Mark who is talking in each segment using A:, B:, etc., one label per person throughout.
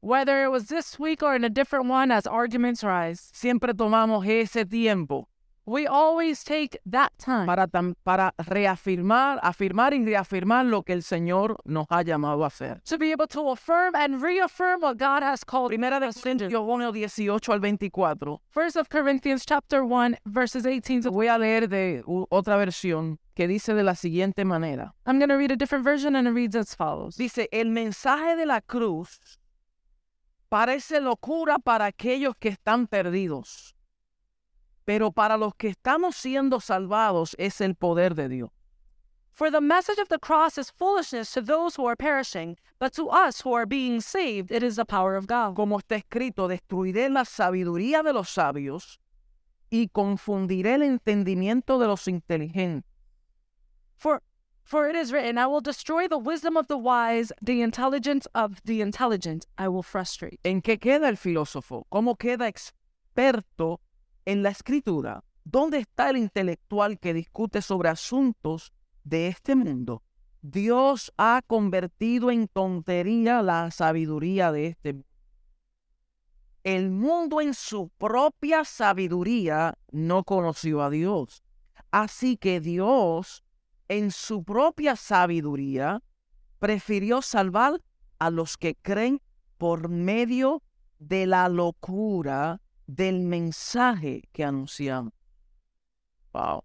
A: Whether it was this week or in a different one as arguments rise,
B: Siempre tomamos ese tiempo
A: we always take that time
B: para, tam- para reafirmar, afirmar y reafirmar lo que el Señor nos ha llamado a hacer.
A: to be able to affirm and reaffirm what God has called
B: Primera de
A: us to do.
B: Corintios 1, 18 al 24.
A: First of Corinthians chapter 1 verses 18 to
B: Voy a leer de u- otra versión que dice de la siguiente manera.
A: I'm going to read a different version and it reads as follows.
B: Dice, el mensaje de la cruz parece locura para aquellos que están perdidos, pero para los que estamos siendo salvados es el poder de Dios.
A: For the message of the cross is foolishness to those who are perishing, but to us who are being saved it is the power of God.
B: Como está escrito, destruiré la sabiduría de los sabios y confundiré el entendimiento de los inteligentes.
A: For for it is written, I will destroy the wisdom of the wise, the intelligence of the intelligent I will frustrate.
B: ¿En qué queda el filósofo? ¿Cómo queda experto en la escritura? ¿Dónde está el intelectual que discute sobre asuntos de este mundo? Dios ha convertido en tontería la sabiduría de este mundo. El mundo en su propia sabiduría no conoció a Dios. Así que Dios, en su propia sabiduría, prefirió salvar a los que creen por medio de la locura del mensaje que anunciamos. Wow.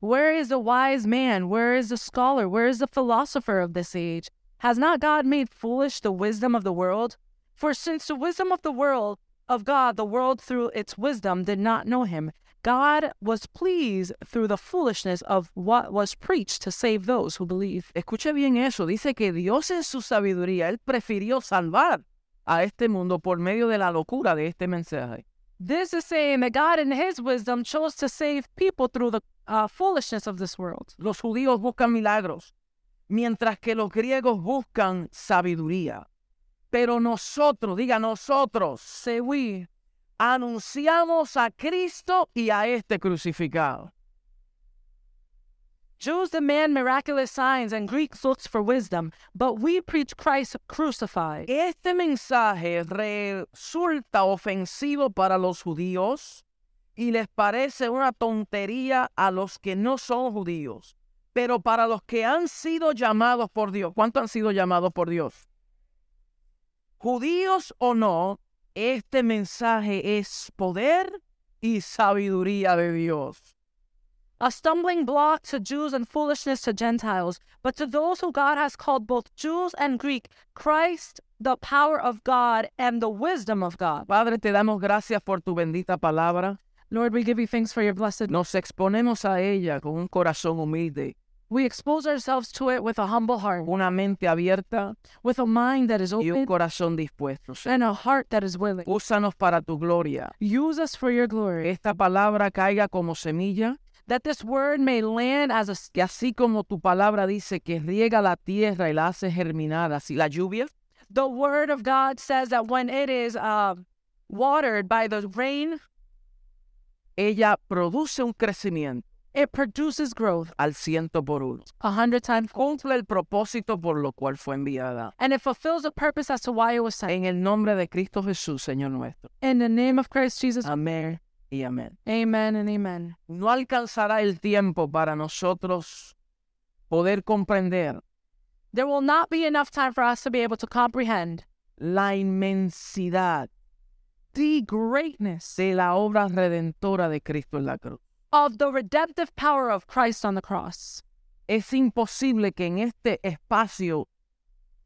A: Where is the wise man? Where is the scholar? Where is the philosopher of this age? Has not God made foolish the wisdom of the world? For since the wisdom of the world, of God, the world through its wisdom did not know him, God was pleased through the foolishness of what was preached to save those who believe.
B: Escuche bien eso. Dice que Dios en su sabiduría, Él prefirió salvar a este mundo por medio de la locura de este mensaje.
A: This is saying that God, in his wisdom, chose to save people through the uh, foolishness of this world.
B: Los judíos buscan milagros, mientras que los griegos buscan sabiduría. Pero nosotros, diga nosotros,
A: Say we.
B: anunciamos a Cristo y a este crucificado.
A: Jews demand miraculous signs and Greeks looked for wisdom, but we preach Christ crucified.
B: Este mensaje resulta ofensivo para los judíos y les parece una tontería a los que no son judíos. Pero para los que han sido llamados por Dios, ¿cuántos han sido llamados por Dios? Judíos o no, este mensaje es poder y sabiduría de Dios.
A: A stumbling block to Jews and foolishness to Gentiles, but to those who God has called both Jews and Greek, Christ, the power of God and the wisdom of God.
B: Padre, te damos gracias por tu bendita palabra.
A: Lord, we give you thanks for your blessed.
B: Nos exponemos a ella con un corazón humilde,
A: We expose ourselves to it with a humble heart,
B: una mente abierta
A: with a mind that is
B: y un
A: open
B: corazón dispuesto. Señor.
A: and a heart that is willing.
B: Úsanos para tu gloria.
A: Use us for your glory,
B: Esta palabra caiga como semilla,
A: that this word may land as a
B: que así como tu palabra dice que riega la tierra y la hace germinar, así la lluvia,
A: the word of God says that when it is uh, watered by the rain,
B: ella produce un crecimiento
A: it produces growth
B: al ciento por uno.
A: a hundred times,
B: Cumple el propósito por lo cual fue enviada.
A: and it fulfills the purpose as to why it was sent.
B: En el nombre de Cristo Jesús, Señor nuestro.
A: In the name of Christ Jesus,
B: Amén y amén.
A: amen and amen.
B: No alcanzará el tiempo para nosotros poder comprender
A: There will not be enough time for us to be able to comprehend
B: la inmensidad
A: the greatness
B: de la obra redentora de Cristo en la cruz.
A: of the redemptive power of Christ on the cross.
B: es imposible que en este espacio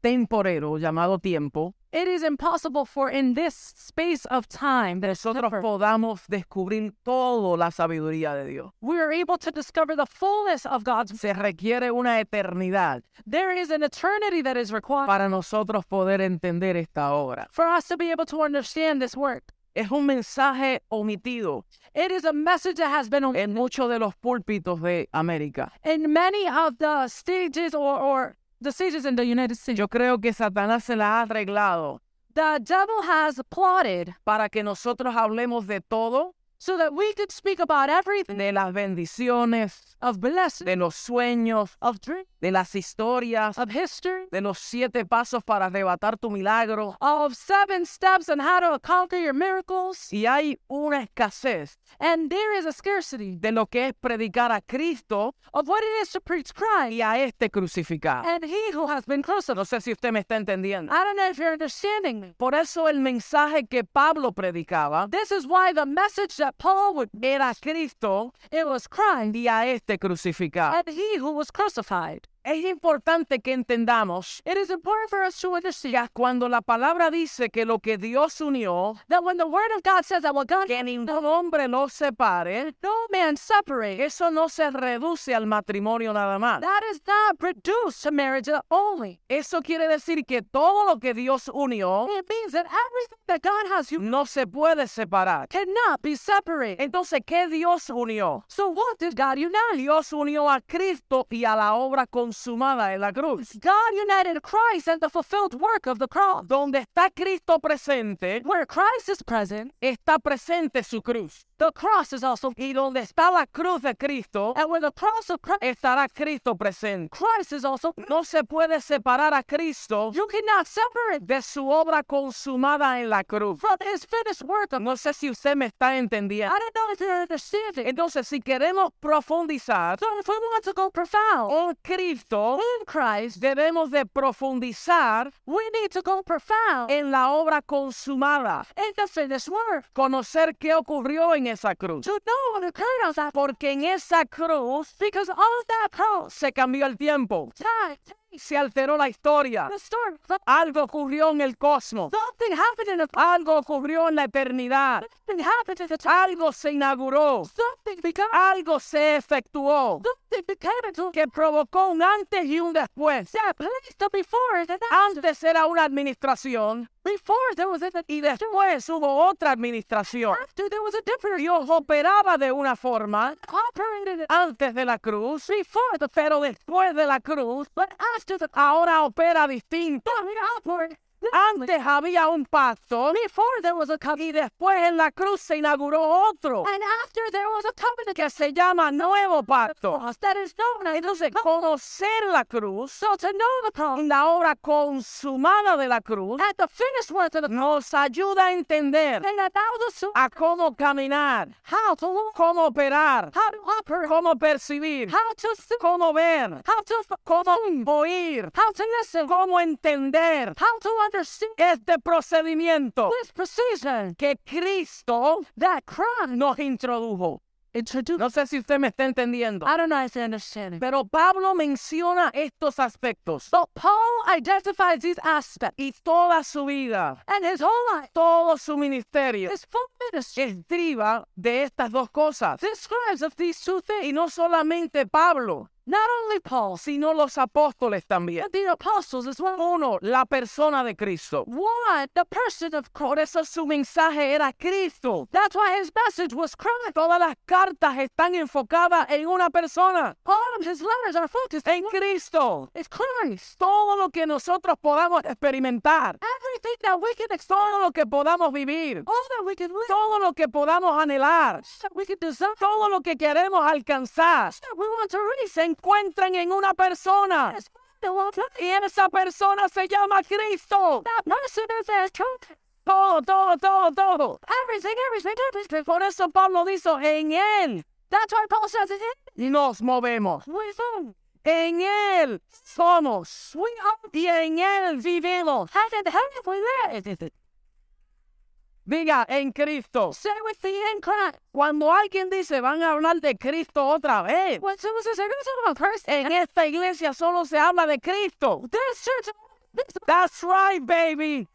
B: temporero llamado tiempo,
A: It is impossible for in this space of time that is
B: nosotros
A: temporal,
B: podamos descubrir toda la sabiduría de Dios.
A: we are able to discover the fullness of God's.
B: Se requiere una eternidad
A: There is an eternity that is required.
B: para nosotros poder entender esta obra.
A: for us to be able to understand this work.
B: Es un mensaje omitido
A: It is a message that has been on
B: en muchos de los púlpitos de América.
A: in many of the stages or, or the stages in the United States.
B: Yo creo que Satanás se la ha arreglado
A: The devil has plotted
B: para que nosotros hablemos de todo
A: so that we could speak about everything
B: de las bendiciones,
A: of blessing,
B: de los sueños,
A: of dream,
B: de las historias,
A: of history,
B: de los siete pasos para arrebatar tu milagro.
A: of seven steps on how to conquer your miracles.
B: Y hay una escasez
A: And there is a scarcity
B: de lo que es predicar a Cristo
A: of what it is to preach
B: y
A: Christ
B: a este crucificado.
A: and he who has been
B: No
A: crucified.
B: sé si usted me está entendiendo.
A: I don't know if you're understanding me.
B: Por eso el mensaje que Pablo predicaba
A: This is why the message that Paul would
B: era Cristo
A: it was Christ
B: y a este crucificado.
A: and he who was crucified.
B: Es importante que entendamos
A: It is important for us to understand
B: que cuando la palabra dice que lo que Dios unió,
A: that when the word of God says that what God
B: que ningún hombre lo separe,
A: no man separate,
B: eso no se reduce al matrimonio nada más.
A: that is not reduced to marriage only.
B: Eso quiere decir que todo lo que Dios unió
A: It means that everything that God has you
B: no se puede separar.
A: cannot be separated.
B: Entonces, ¿qué Dios unió?
A: So what did God unite?
B: Dios unió a Cristo y a la obra consumada en la cruz.
A: God united Christ and the fulfilled work of the cross.
B: Donde está Cristo presente,
A: Where Christ is present,
B: está presente su cruz.
A: the cross is also.
B: Y donde está la cruz de Cristo,
A: And where the cross of Christ,
B: estará Cristo presente.
A: Christ is also.
B: No se puede separar a Cristo
A: You cannot separate
B: de su obra consumada en la cruz.
A: from his finished work. Of,
B: No sé si usted me está entendiendo.
A: I don't know if you're understanding.
B: Entonces, si queremos profundizar
A: So if we want to go profound
B: en Cristo,
A: in Christ,
B: debemos de profundizar
A: we need to go profound
B: en la obra consumada,
A: in the finished work
B: conocer qué ocurrió en esa cruz.
A: to know what occurred on that.
B: Porque en esa cruz
A: Because all of that cross,
B: se cambió el tiempo,
A: time, taste,
B: se alteró la historia,
A: the story, the-
B: algo ocurrió en el cosmos,
A: something happened in the
B: algo ocurrió en la eternidad,
A: something happened in the time.
B: algo se inauguró,
A: Something became
B: algo se efectuó,
A: something became into
B: que provocó un antes y un después.
A: that place the before and the after.
B: Antes era una administración
A: Before there was an
B: y después hubo otra administración.
A: after there was a different
B: Dios operaba de una forma
A: operated
B: antes de la cruz,
A: before the
B: pero después de la cruz,
A: but after the
B: ahora opera distinto.
A: coming outward.
B: Antes había un pacto
A: Before there was a
B: y
A: covenant
B: después en la cruz se inauguró otro
A: and after there was a covenant
B: que se llama nuevo pacto.
A: cross that is known as the
B: Entonces,
A: cross.
B: conocer la cruz,
A: So to know the cross
B: la obra consumada de la cruz,
A: at the finished work of the cross
B: nos ayuda a entender
A: and allows us to
B: a cómo caminar,
A: how to walk,
B: cómo operar,
A: how to operate,
B: cómo percibir,
A: how to see,
B: cómo ver,
A: how to f- Mm.
B: cómo oír,
A: how to listen,
B: cómo entender
A: how to understand
B: este procedimiento
A: this precision
B: que Cristo
A: that Christ
B: nos introdujo.
A: introduced.
B: No sé si usted me está entendiendo.
A: I don't know if you understand it.
B: Pero Pablo menciona estos aspectos
A: But Paul identifies these aspects
B: y toda su vida,
A: and his whole life,
B: todo su ministerio
A: his full ministry,
B: estriba de estas dos cosas.
A: describes of these two things.
B: Y no solamente Pablo,
A: Not only Paul,
B: sino los apóstoles también.
A: but the apostles as well.
B: Uno, la persona de Cristo.
A: One, the person of Christ.
B: Por eso su mensaje era Cristo.
A: That's why his message was Christ.
B: Todas las cartas están enfocadas en una persona,
A: All of his letters are focused on
B: en Cristo.
A: it's Christ.
B: Todo lo que nosotros podamos experimentar,
A: Everything that we can expect,
B: todo lo que podamos vivir,
A: all that we can live,
B: todo lo que podamos anhelar,
A: that we can desire,
B: todo lo que queremos alcanzar
A: that we want to reach,
B: se encuentran en una persona
A: is the one
B: y esa persona se llama Cristo.
A: that person is their truth.
B: Todo, todo, todo, todo.
A: Everything, everything, everything.
B: Por eso Pablo dijo, en Él
A: That's why Paul says it
B: nos movemos,
A: in with them.
B: en Él somos
A: We are
B: y en Él vivimos.
A: head and heaven we live.
B: Diga, en Cristo.
A: Say with the in Christ.
B: Cuando alguien dice, van a hablar de Cristo otra vez,
A: When someone says, I'm going to talk about Christ,
B: en esta iglesia solo se habla de Cristo.
A: this church, this,
B: That's right, baby.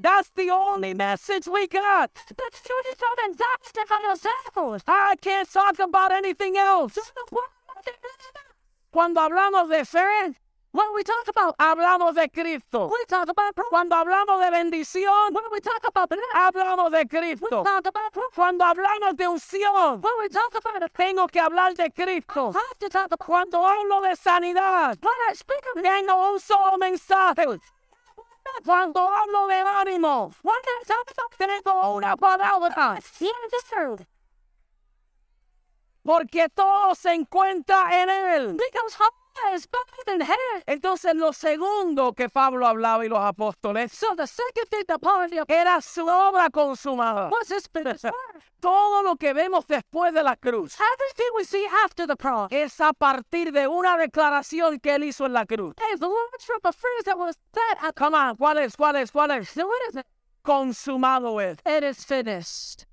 B: That's the only message we got.
A: this church is so disaster for your disciples.
B: I can't talk about anything else. Cuando hablamos de fe,
A: When we talk about,
B: hablamos de Cristo.
A: we talk about pro-
B: Cuando hablamos de bendición,
A: when we talk about belief,
B: hablamos de
A: we
B: Cristo.
A: talk about pro-
B: Cuando hablamos de unción,
A: when we talk about it,
B: tengo que hablar de Cristo.
A: have to talk about
B: Cuando hablo de sanidad,
A: when I speak of it,
B: tengo un solo mensaje.
C: Cuando hablo del ánimo, cuando tengo una palabra, siente ser. Porque todo se encuentra en él. Because all is found in him.
B: Entonces, lo segundo que Pablo hablaba y los apóstoles
C: So the second thing the poverty of
B: era su obra consumada.
C: was his finished work.
B: Todo lo que vemos después de la cruz
C: Everything we see after the cross
B: es a partir de una declaración que él hizo en la cruz.
C: is launched from a phrase that was said at
B: Come on, ¿cuál es? ¿Cuál es? ¿Cuál es?
C: So what is it?
B: Consumado es.
C: It is finished.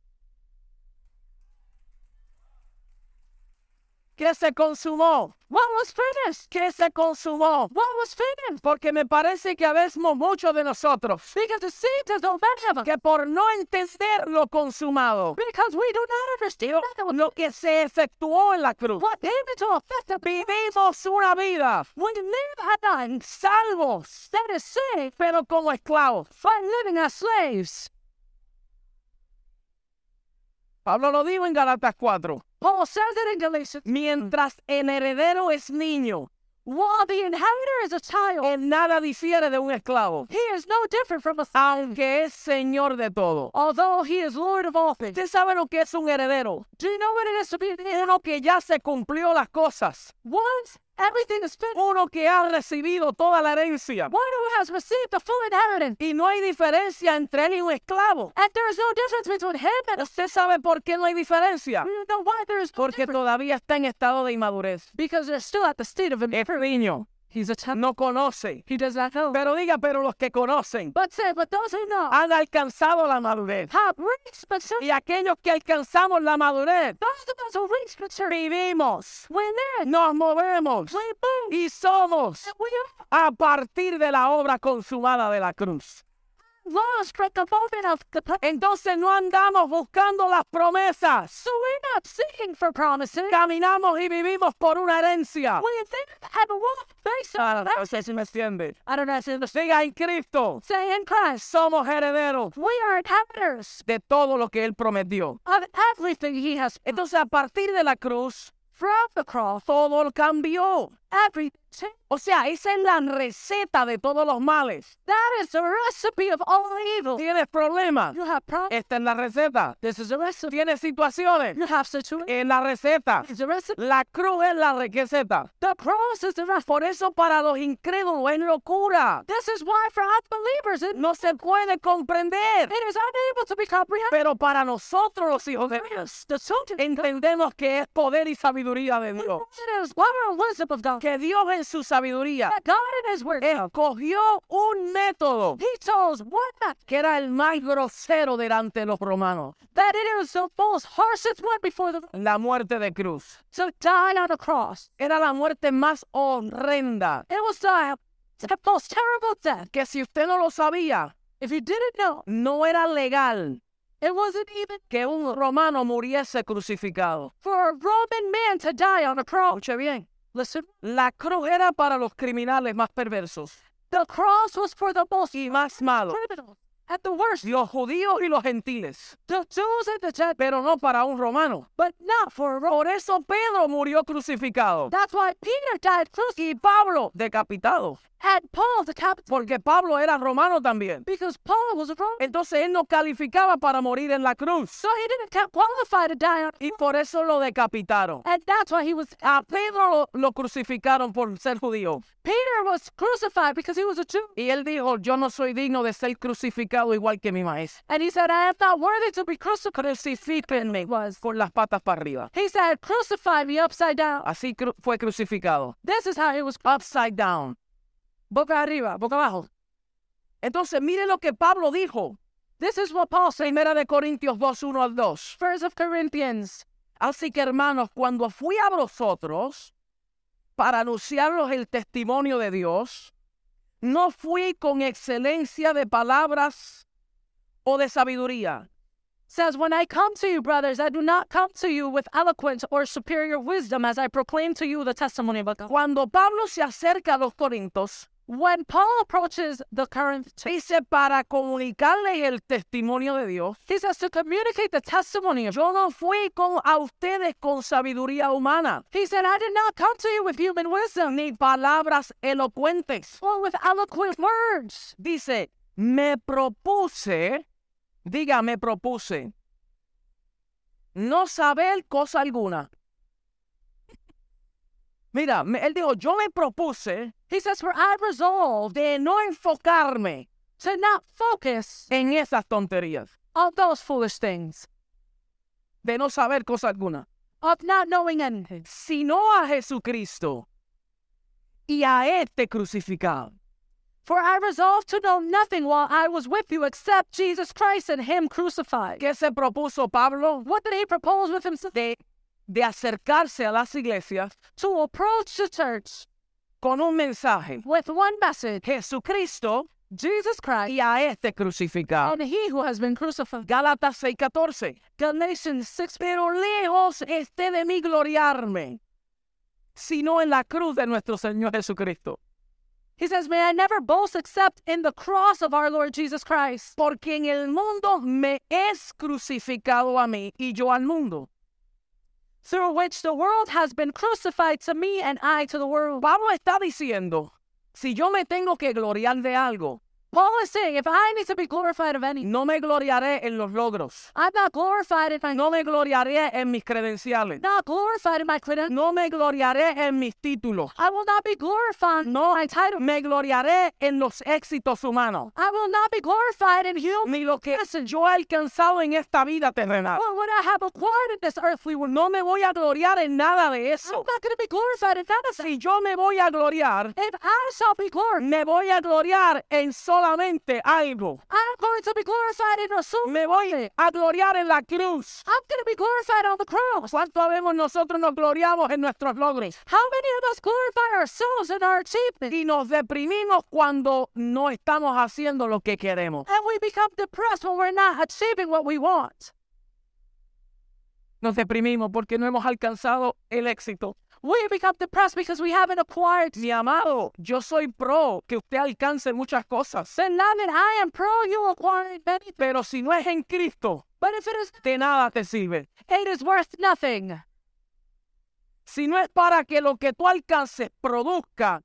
B: ¿Qué se consumó?
C: What was finished?
B: ¿Qué se consumó?
C: What was finished?
B: Porque me parece que a veces muchos de nosotros
C: Because it seems as though men have a
B: que por no entender lo consumado,
C: because we do not understand that was
B: lo que se efectuó en la cruz,
C: what came into effect that we
B: vivimos una vida,
C: live at night
B: salvos,
C: that is saved
B: pero como esclavos.
C: by living as slaves.
B: Pablo lo dijo en Galatas 4.
C: Paul says it in Galatians.
B: Mientras el heredero es niño,
C: While the inheritor is a child,
B: en nada difiere de un esclavo,
C: he is no different from a slave,
B: aunque es señor de todo.
C: although he is Lord of all things.
B: Usted sabe lo que es un heredero.
C: Do you know what it is to be an heir?
B: Uno que ya se cumplió las cosas.
C: Once everything is finished,
B: Uno que ha recibido toda la herencia.
C: one who has received the full inheritance,
B: Y no hay diferencia entre él y un esclavo.
C: and there is no difference between him and a
B: ¿Usted sabe por qué no hay diferencia?
C: You know why there is no
B: Porque
C: difference?
B: todavía está en estado de inmadurez.
C: Because they're still at the state of
B: Es
C: immaturity.
B: niño.
C: He's a temple.
B: No conoce.
C: He does not know.
B: Pero diga, pero los que conocen
C: But say, but those who know
B: han alcanzado la madurez.
C: have reached maturity.
B: Y aquellos que alcanzamos la madurez,
C: Those of us who reach maturity,
B: vivimos,
C: we live,
B: nos movemos
C: we move,
B: y somos
C: and we are
B: a partir de la obra consumada de la cruz.
C: lost from the moment of the pla-
B: Entonces no andamos buscando las promesas.
C: So we're not seeking for promises.
B: Caminamos y vivimos por una herencia.
C: We live and walk based
B: Ah,
C: on
B: No
C: that.
B: sé si me entiende.
C: I don't know if you understand.
B: Siga en Cristo.
C: Say in Christ,
B: Somos herederos
C: we are inhabitants
B: de todo lo que Él prometió.
C: of everything he has.
B: Entonces a partir de la cruz,
C: From the cross,
B: todo cambió.
C: everything changed.
B: O sea, esa es la receta de todos los males.
C: That is the recipe of all evil.
B: Tienes problemas.
C: You have problems.
B: Esta es la receta.
C: This is a recipe.
B: Tienes situaciones.
C: You have situation.
B: Es la receta.
C: It's a recipe.
B: La cruz es la receta.
C: The cross is the recipe.
B: Por eso para los incrédulos es locura.
C: This is why for unbelievers it,
B: No se puede comprender.
C: it is unable to be comprehended.
B: Pero para nosotros los hijos de Dios
C: The children
B: entendemos que es poder y sabiduría de Dios.
C: it is power and wisdom of God.
B: Que Dios en su sabiduría
C: That God in his word,
B: escogió un método
C: he chose one that,
B: que era el más grosero delante de los romanos.
C: that it is the most harshest one before the
B: La muerte de cruz.
C: to die on the cross.
B: era la muerte más horrenda.
C: It was the, the most terrible death.
B: Que si usted no lo sabía,
C: If you didn't know,
B: no era legal
C: it wasn't even
B: que un romano muriese crucificado.
C: for a Roman man to die on a cross.
B: Escuche bien,
C: Listen,
B: la cruz era para los criminales más perversos
C: the cross was for the most
B: y más malos,
C: criminals at the worst.
B: los judíos y los gentiles,
C: The Jews and the Gentiles,
B: pero no para un romano.
C: but not for a Roman.
B: Por eso Pedro murió crucificado
C: That's why Peter died crucified
B: y Pablo decapitado,
C: and Paul the captain,
B: porque Pablo era romano también.
C: because Paul was a Roman.
B: Entonces él no calificaba para morir en la cruz
C: So he didn't ca- qualify to die on
B: y por eso lo decapitaron.
C: and that's why he was
B: A uh, Pedro lo, lo crucificaron por ser judío.
C: Peter was crucified because he was a Jew.
B: Y él dijo, yo no soy digno de ser crucificado igual que mi maestro.
C: And he said, I am not worthy to be crucified.
B: Crucifíquenme con las patas para arriba.
C: He said, Crucify me upside down.
B: Así cru- fue crucificado.
C: This is how he was
B: Upside down.
C: boca arriba, boca abajo.
B: Entonces, mire lo que Pablo dijo.
C: This is what Paul said.
B: Primera de Corintios 2, 1 al 2.
C: First of Corinthians.
B: Así que, hermanos, cuando fui a vosotros para anunciaros el testimonio de Dios, no fui con excelencia de palabras o de sabiduría,
C: says, When I come to you, brothers, I do not come to you with eloquence or superior wisdom as I proclaim to you the testimony of God.
B: Cuando Pablo se acerca a los Corintos,
A: When Paul approaches the current, t-
B: Dice para comunicarles el testimonio de Dios.
A: he says to communicate the testimony of.
B: Yo no fui con, a ustedes con sabiduría humana,
A: He said, I did not come to you with human wisdom
B: ni palabras elocuentes.
A: or with eloquent words.
B: Dice, me propuse, diga, me propuse, no saber cosa alguna. Mira, me- él dijo, yo me propuse
A: He says, For I resolved
B: de no enfocarme
A: to not focus
B: en esas tonterías,
A: on those foolish things,
B: de no saber cosa alguna,
A: of not knowing anything,
B: sino a Jesucristo y a este crucificado.
A: For I resolved to know nothing while I was with you except Jesus Christ and Him crucified.
B: ¿Qué se propuso Pablo?
A: What did he propose with himself?
B: De, de acercarse a las iglesias
A: To approach the church
B: con un mensaje.
A: with one message
B: Jesucristo
A: Jesus Christ
B: y a este crucificado.
A: and He who has been crucified.
B: Gálatas 6:14.
A: Galatians 6.
B: Pero lejos esté de mí gloriarme, sino en la cruz de nuestro Señor Jesucristo,
A: He says, May I never boast except in the cross of our Lord Jesus Christ.
B: porque en el mundo me es crucificado a mí y yo al mundo.
A: through which the world has been crucified to me and I to the world.
B: Pablo está diciendo, si yo me tengo que gloriar de algo,
A: Paul is saying, if I need to be glorified of any,
B: no me gloriaré en los logros,
A: I'm not glorified in my,
B: no me gloriaré en mis credenciales,
A: not glorified in my credentials.
B: no me gloriaré en mis títulos,
A: I will not be glorified in my title.
B: me gloriaré en los éxitos humanos,
A: I will not be glorified in human.
B: ni lo que yo he alcanzado en esta vida terrenal.
A: Or what I have acquired in this earthly world.
B: No me voy a gloriar en nada de
A: I'm
B: eso.
A: not going to be glorified in that.
B: Si yo me voy a gloriar,
A: If I shall be glorified,
B: me voy a gloriar en solamente algo.
A: I'm going to be glorified in a soul.
B: Me voy a gloriar en la cruz.
A: I'm going to be glorified on the cross.
B: ¿Cuánto vemos nosotros nos gloriamos en nuestros logros?
A: How many of us glorify ourselves in our achievements?
B: Y nos deprimimos cuando no estamos haciendo lo que queremos.
A: And we become depressed when we're not achieving what we want.
B: Nos deprimimos porque no hemos alcanzado el éxito.
A: We become depressed because we haven't acquired.
B: Mi amado, yo soy pro que usted alcance muchas cosas.
A: Beloved, I am pro you acquiring many things,
B: Pero si no es en Cristo,
A: but if it is,
B: de nada te sirve.
A: it is worth nothing.
B: si no es para que lo que tú alcances produzca,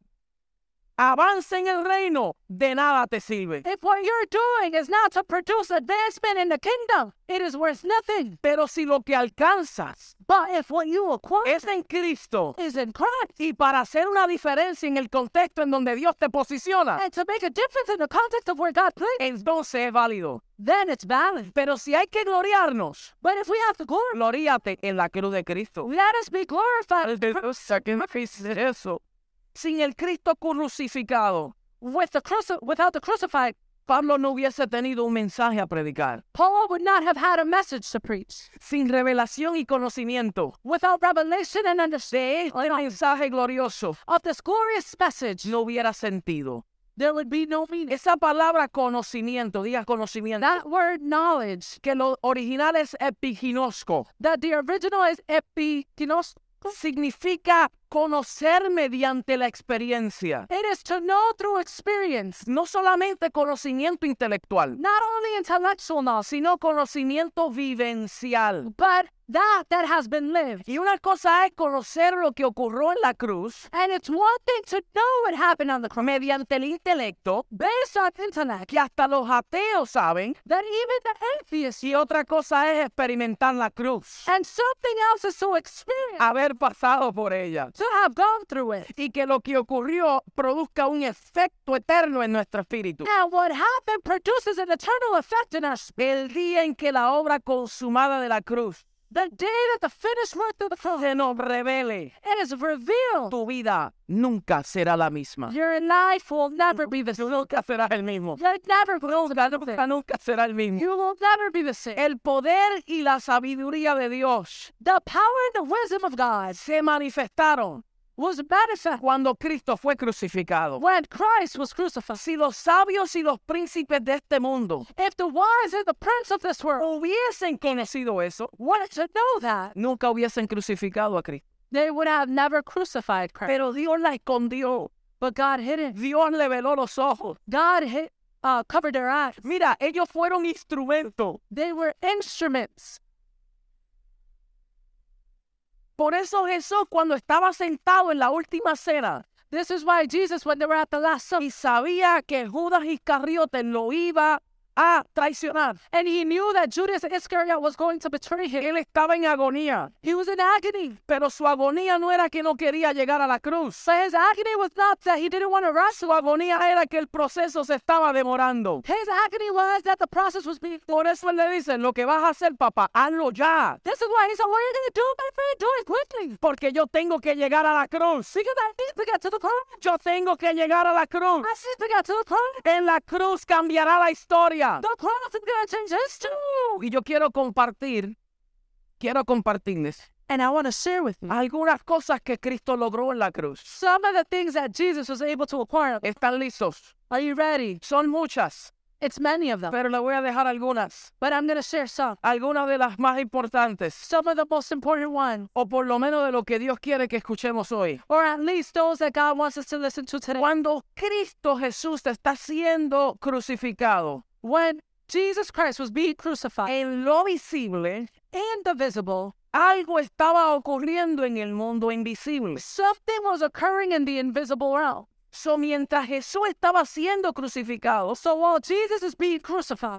B: avance en el reino, de nada te sirve.
A: If what you're doing is not to produce advancement in the kingdom, it is worth nothing.
B: Pero si lo que alcanzas
A: But if what you acquire
B: es en Cristo
A: is in Christ,
B: y para hacer una diferencia en el contexto en donde Dios te posiciona,
A: and to make a difference in the context of where God placed,
B: entonces es válido.
A: then it's valid.
B: Pero si hay que gloriarnos,
A: But if we have to glorify,
B: gloríate en la cruz de Cristo.
A: let us be glorified
B: eso. Sin el Cristo crucificado,
A: with the cruci- without the crucified.
B: Pablo no hubiese tenido un mensaje a predicar.
A: Paul would not have had a message to preach.
B: Sin revelación y conocimiento,
A: Without revelation and understanding
B: el mensaje glorioso
A: of this glorious message,
B: no hubiera sentido.
A: there would be no meaning.
B: Esa palabra conocimiento, diga conocimiento,
A: That word knowledge,
B: que lo original es epiginosco,
A: that the original is epikinos,
B: significa conocer mediante la experiencia.
A: it is to know through experience,
B: No solamente conocimiento intelectual,
A: not only intellectual knowledge,
B: sino conocimiento vivencial.
A: but that that has been lived.
B: Y una cosa es conocer lo que ocurrió en la cruz
A: And it's one thing to know what happened on the cross
B: mediante el intelecto,
A: based on intellect
B: que hasta los ateos saben,
A: that even the atheist
B: y otra cosa es experimentar la cruz,
A: and something else is to experience,
B: haber pasado por ella.
A: to have gone through it.
B: y que lo que ocurrió produzca un efecto eterno en nuestro espíritu.
A: And what happened produces an eternal effect in us.
B: El día en que la obra consumada de la cruz
A: The day that the finished work of the cross
B: se nos revele,
A: it is revealed,
B: tu vida nunca será la misma.
A: your life will never be the
B: Tú
A: same.
B: nunca serás el mismo.
A: You never will be the
B: Nunca,
A: same.
B: nunca será el mismo.
A: You will never be the same.
B: El poder y la sabiduría de Dios
A: The power and the wisdom of God
B: se manifestaron
A: was manifest
B: cuando Cristo fue crucificado.
A: when Christ was crucified.
B: Si los sabios y los príncipes de este mundo
A: If the wise and the prince of this world
B: hubiesen conocido eso,
A: wanted to know that,
B: nunca hubiesen crucificado a Cristo.
A: they would have never crucified Christ.
B: Pero Dios la escondió
A: but God hid it.
B: Dios le veló los ojos.
A: God hid, uh, covered their eyes.
B: Mira, ellos fueron instrumentos.
A: They were instruments.
B: Por eso Jesús cuando estaba sentado en la última cena
A: This is why Jesus, when they were at the Last Supper,
B: y sabía que Judas Iscariote lo iba a traicionar,
A: and he knew that Judas Iscariot was going to betray him,
B: él estaba en agonía.
A: he was in agony.
B: Pero su agonía no era que no quería llegar a la cruz.
A: But his agony was not that he didn't want to rush.
B: Su agonía era que el proceso se estaba demorando.
A: His agony was that the process was being.
B: Por eso él le dicen, lo que vas a hacer, papá, hazlo ya.
A: This is why he said, What are you going to do, my friend? Do it quickly.
B: Porque yo tengo que llegar a la cruz.
A: Because I need to get to the cross.
B: Yo tengo que llegar a la cruz.
A: I need to get to the cross.
B: En la cruz cambiará la historia.
A: The cross is going to change history.
B: Y yo quiero compartir, quiero compartirles
A: And I want to share with you
B: algunas cosas que Cristo logró en la cruz.
A: some of the things that Jesus was able to acquire.
B: ¿Están listos?
A: Are you ready?
B: Son muchas,
A: It's many of them,
B: pero les voy a dejar algunas.
A: but I'm going to share some.
B: Algunas de las más importantes,
A: Some of the most important ones,
B: o por lo menos de lo que Dios quiere que escuchemos hoy.
A: or at least those that God wants us to listen to today.
B: Cuando Cristo Jesús está siendo crucificado,
A: When Jesus Christ was being crucified
B: en lo visible,
A: and the visible,
B: algo estaba ocurriendo en el mundo invisible.
A: something was occurring in the invisible realm.
B: So, mientras Jesús estaba siendo crucificado,
A: So while Jesus is being crucified,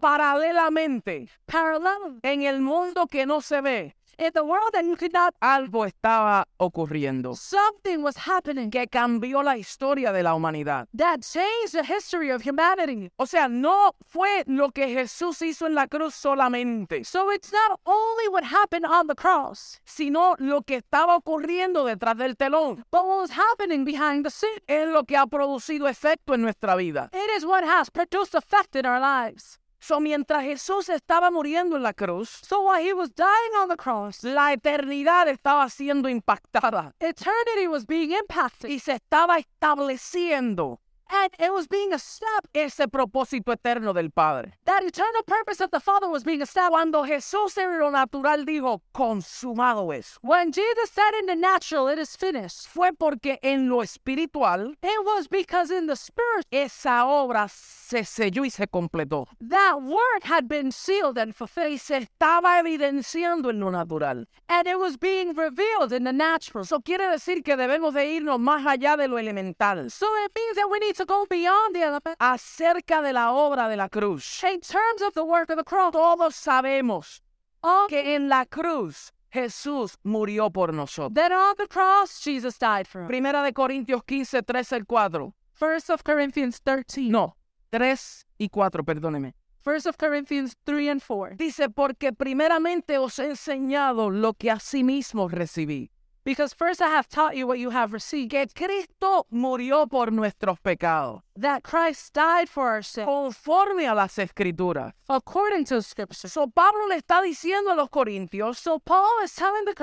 B: paralelamente,
A: parallel
B: en el mundo que no se ve,
A: in Eh, the world that you could not,
B: algo estaba ocurriendo
A: something was happening
B: que cambió la historia de la humanidad.
A: that changed the history of humanity.
B: O sea, no fue lo que Jesús hizo en la cruz solamente,
A: So it's not only what happened on the cross,
B: sino lo que estaba ocurriendo detrás del telón.
A: but what was happening behind the scene.
B: Es lo que ha producido efecto en nuestra vida.
A: It is what has produced effect in our lives.
B: So, mientras Jesús estaba muriendo en la cruz,
A: So while he was dying on the cross,
B: la eternidad estaba siendo impactada
A: eternity was being impacted
B: y se estaba estableciendo
A: and it was being established.
B: ese propósito eterno del Padre.
A: That eternal purpose of the Father was being established.
B: Cuando Jesús en lo natural dijo, consumado es,
A: When Jesus said in the natural, it is finished,
B: fue porque en lo espiritual
A: it was because in the spirit,
B: esa obra se selló y se completó.
A: that word had been sealed and fulfilled,
B: Se estaba evidenciando en lo natural.
A: and it was being revealed in the natural.
B: Eso quiere decir que debemos de irnos más allá de lo elemental,
A: So it means that we need to go beyond the element.
B: acerca de la obra de la cruz.
A: In terms of the work of the cross,
B: Todos sabemos
A: all,
B: Oh, que en la cruz Jesús murió por nosotros.
A: that on the cross, Jesus died for us.
B: Primera de Corintios 15, 3 al 4.
A: First of Corinthians 13.
B: No, 3 y 4, perdóneme.
A: First of Corinthians 3 and 4.
B: Dice, porque primeramente os he enseñado lo que asimismo recibí,
A: Because first I have taught you what you have received,
B: que Cristo murió por nuestros pecados,
A: that Christ died for our sins,
B: conforme a las escrituras.
A: according to Scripture.
B: So, Pablo le está diciendo a los corintios, so Paul is telling the-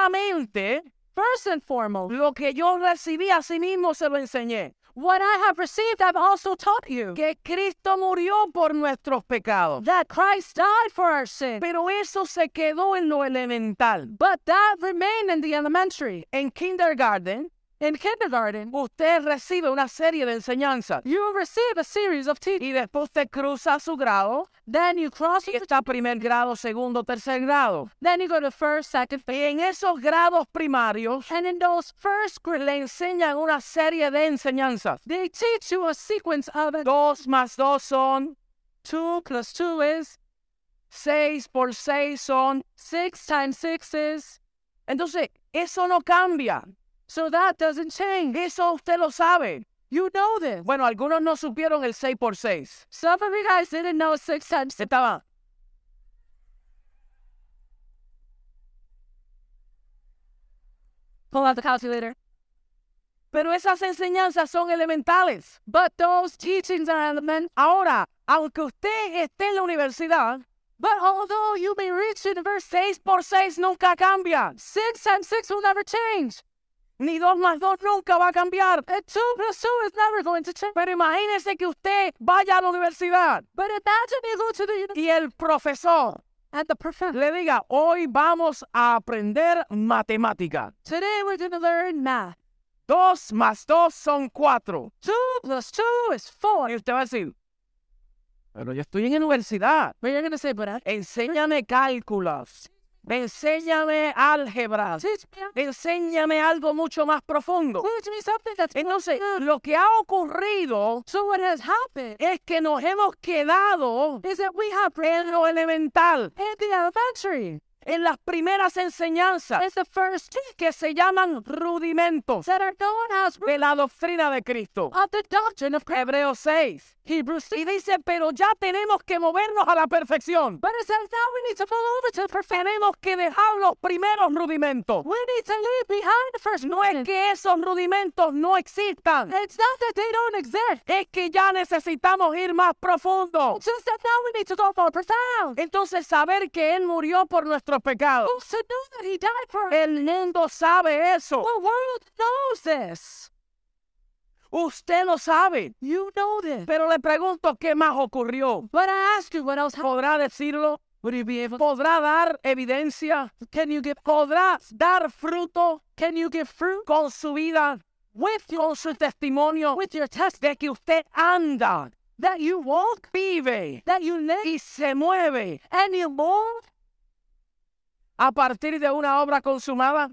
B: primeramente
A: First and foremost,
B: lo que yo recibí asimismo se lo enseñé,
A: what I have received, I've also taught you.
B: que Cristo murió por nuestros pecados.
A: That Christ died for our sin.
B: Pero eso se quedó en lo elemental.
A: But that remained in the elementary.
B: En kindergarten,
A: In kindergarten,
B: usted recibe una serie de enseñanzas
A: you receive a series of teachings.
B: y después usted cruza su grado
A: Then you cross,
B: y está primer grado, segundo, tercer grado.
A: then you go to first, second,
B: Y en esos grados primarios
A: and in those first grade,
B: le enseñan una serie de enseñanzas.
A: they teach you a sequence of it.
B: Dos más dos son
A: two plus two is
B: seis por seis son.
A: six times six is.
B: Entonces, eso no cambia.
A: So that doesn't change.
B: Eso usted lo sabe.
A: You know this.
B: Bueno, algunos no supieron el seis por seis.
A: Some of you guys didn't know six times six.
B: Estaba.
A: Pull out the calculator.
B: Pero esas enseñanzas son elementales.
A: But those teachings are element.
B: Ahora, aunque usted esté en la universidad,
A: But although you may reach university,
B: seis por seis nunca cambia.
A: six times six will never change.
B: Ni dos más dos nunca va a cambiar.
A: And two plus two is never going to change.
B: Pero imagínese que usted vaya a la universidad
A: But imagine you go to the university
B: y el profesor
A: and the professor.
B: le diga, hoy vamos a aprender matemática.
A: Today we're going to learn math.
B: Dos más dos son cuatro.
A: Two plus two is four.
B: Y usted va a decir, pero yo estoy en la universidad.
A: But you're gonna say, but I
B: Enséñame cálculos. Enséñame álgebra.
A: teach me,
B: Enséñame algo mucho más profundo.
A: teach me something that's
B: Entonces, lo que ha ocurrido
A: so what has happened
B: es que nos hemos quedado
A: is that we have
B: en lo elemental,
A: in the elementary.
B: en las primeras enseñanzas
A: It's the first teaching
B: que se llaman rudimentos
A: that are known as
B: de la doctrina de Cristo.
A: of the doctrine of Christ.
B: Hebreos 6.
A: Hebrews 6.
B: Y dice, pero ya tenemos que movernos a la perfección.
A: But it says now we need to follow over to perfection.
B: Tenemos que dejar los primeros rudimentos.
A: We need to leave behind the first
B: No es
A: doctrine.
B: que esos rudimentos no existan.
A: It's not that they don't exist.
B: Es que ya necesitamos ir más profundo.
A: It's just that now we need to go more profound.
B: Entonces saber que Él murió por nuestros pecados.
A: Who's to know that he died for us?
B: El mundo sabe eso.
A: The world knows this.
B: Usted lo sabe.
A: You know this.
B: Pero le pregunto qué más ocurrió.
A: But I ask you, what else happened?
B: ¿Podrá decirlo?
A: Would you be able?
B: ¿Podrá dar evidencia?
A: Can you give?
B: ¿Podrá dar fruto
A: Can you give fruit
B: con su vida,
A: with your
B: con su testimonio
A: with your test
B: de que usted anda,
A: that you walk,
B: vive
A: that you live,
B: y se mueve
A: and you move
B: a partir de una obra consumada?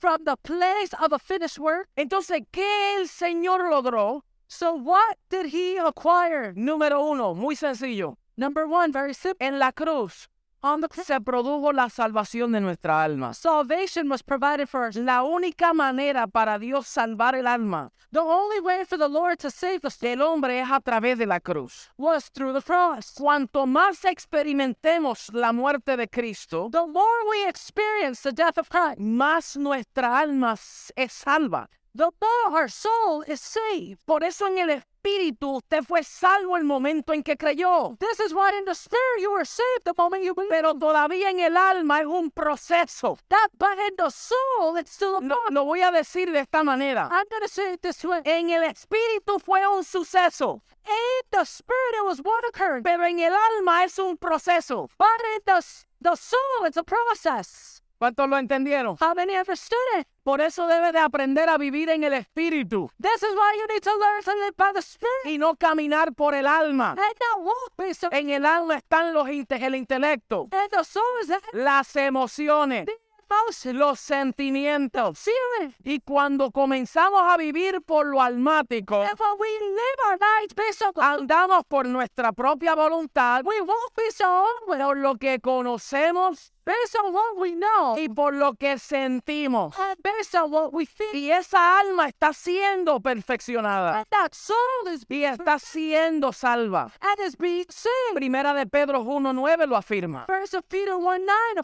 A: from the place of a finished work?
B: Entonces, ¿qué el Señor logró?
A: So what did he acquire?
B: Número uno, muy sencillo.
A: Number one, very simple.
B: En la cruz
A: On the cross,
B: se produjo la salvación de nuestra alma.
A: salvation was provided for us.
B: La única manera para Dios salvar el alma
A: The only way for the Lord to save us
B: del hombre es a través de la cruz.
A: was through the cross.
B: Cuanto más experimentemos la muerte de Cristo,
A: The more we experience the death of Christ,
B: más nuestra alma s- es salva.
A: the more our soul is saved.
B: Por eso en el Espíritu usted fue salvo el momento en que creyó.
A: This is why in the spirit you were saved the moment you believe.
B: Pero todavía en el alma es un proceso.
A: That but in the soul it's still a
B: Lo, lo voy a decir de esta manera.
A: I'm gonna say it this way.
B: En el Espíritu fue un suceso,
A: In the spirit it was one occurrence,
B: pero en el alma es un proceso.
A: but in the s- the soul it's a process.
B: ¿Cuántos lo entendieron?
A: How many understood it?
B: Por eso debe de aprender a vivir en el Espíritu
A: This is why you need to learn to live by the spirit
B: y no caminar por el alma.
A: and not walk based on.
B: En el alma están los inte- el intelecto,
A: And the soul is that
B: las emociones,
A: emotion,
B: los sentimientos.
A: feeling.
B: Y cuando comenzamos a vivir por lo almático,
A: And when we live our lives based on,
B: andamos por nuestra propia voluntad,
A: we walk based on what-
B: por lo que conocemos
A: based on what we know
B: y por lo que sentimos.
A: and based on what we feel.
B: Y esa alma está siendo perfeccionada
A: And that soul is
B: y está siendo salva.
A: and is being saved.
B: Primera de Pedro 1.9 lo afirma.
A: First of Peter one nine.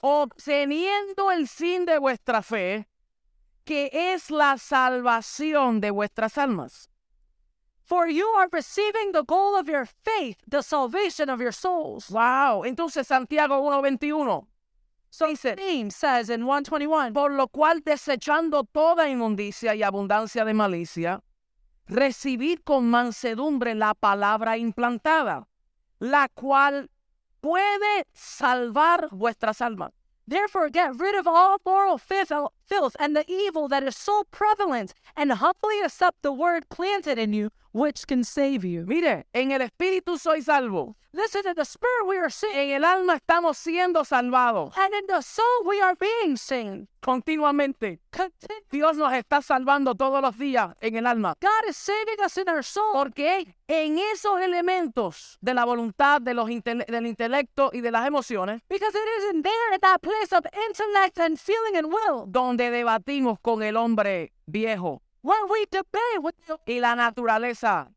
B: obteniendo el fin de vuestra fe, que es la salvación de vuestras almas.
A: For you are receiving the goal of your faith, the salvation of your souls.
B: Wow, entonces Santiago 1:21 dice,
A: James says in 121,
B: por lo cual desechando toda inmundicia y abundancia de malicia, recibid con mansedumbre la palabra implantada, la cual puede salvar vuestras almas.
A: Therefore get rid of all moral filth, filth and the evil that is so prevalent, and humbly accept the word planted in you, which can save you.
B: Mire, en el espíritu soy salvo,
A: Listen to the spirit we are saved,
B: en el alma estamos siendo salvados
A: and in the soul we are being saved.
B: continuamente.
A: Continue.
B: Dios nos está salvando todos los días en el alma.
A: God is saving us in our soul.
B: Porque en esos elementos de la voluntad, de los intele- del intelecto y de las emociones,
A: Because it isn't there at that place of intellect and feeling and will
B: donde debatimos con el hombre viejo
A: where we debate with the,
B: y la naturaleza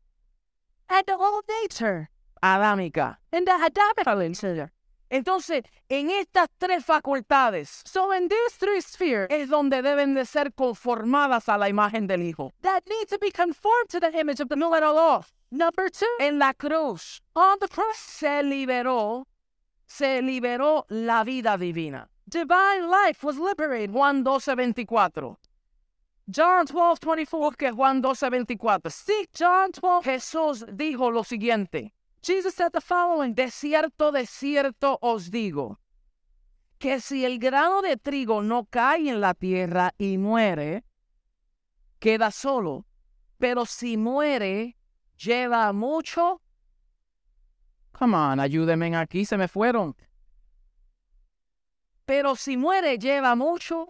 A: and the old nature
B: adámica.
A: and the Adamic nature.
B: Entonces, en estas tres facultades
A: So in these three spheres
B: es donde deben de ser conformadas a la imagen del Hijo.
A: that need to be conformed to the image of the
B: Número dos,
A: number two
B: en la cruz
A: on the cross,
B: se liberó, se liberó la vida divina.
A: divine life was liberated.
B: Juan 12, 24. John 12, 24, que Juan 12, 24.
A: See John 12.
B: Jesús dijo lo siguiente,
A: Jesus said the following:
B: de cierto, de cierto os digo, que si el grano de trigo no cae en la tierra y muere, queda solo. Pero si muere, lleva mucho. Come on, ayúdenme aquí, se me fueron. Pero si muere, lleva mucho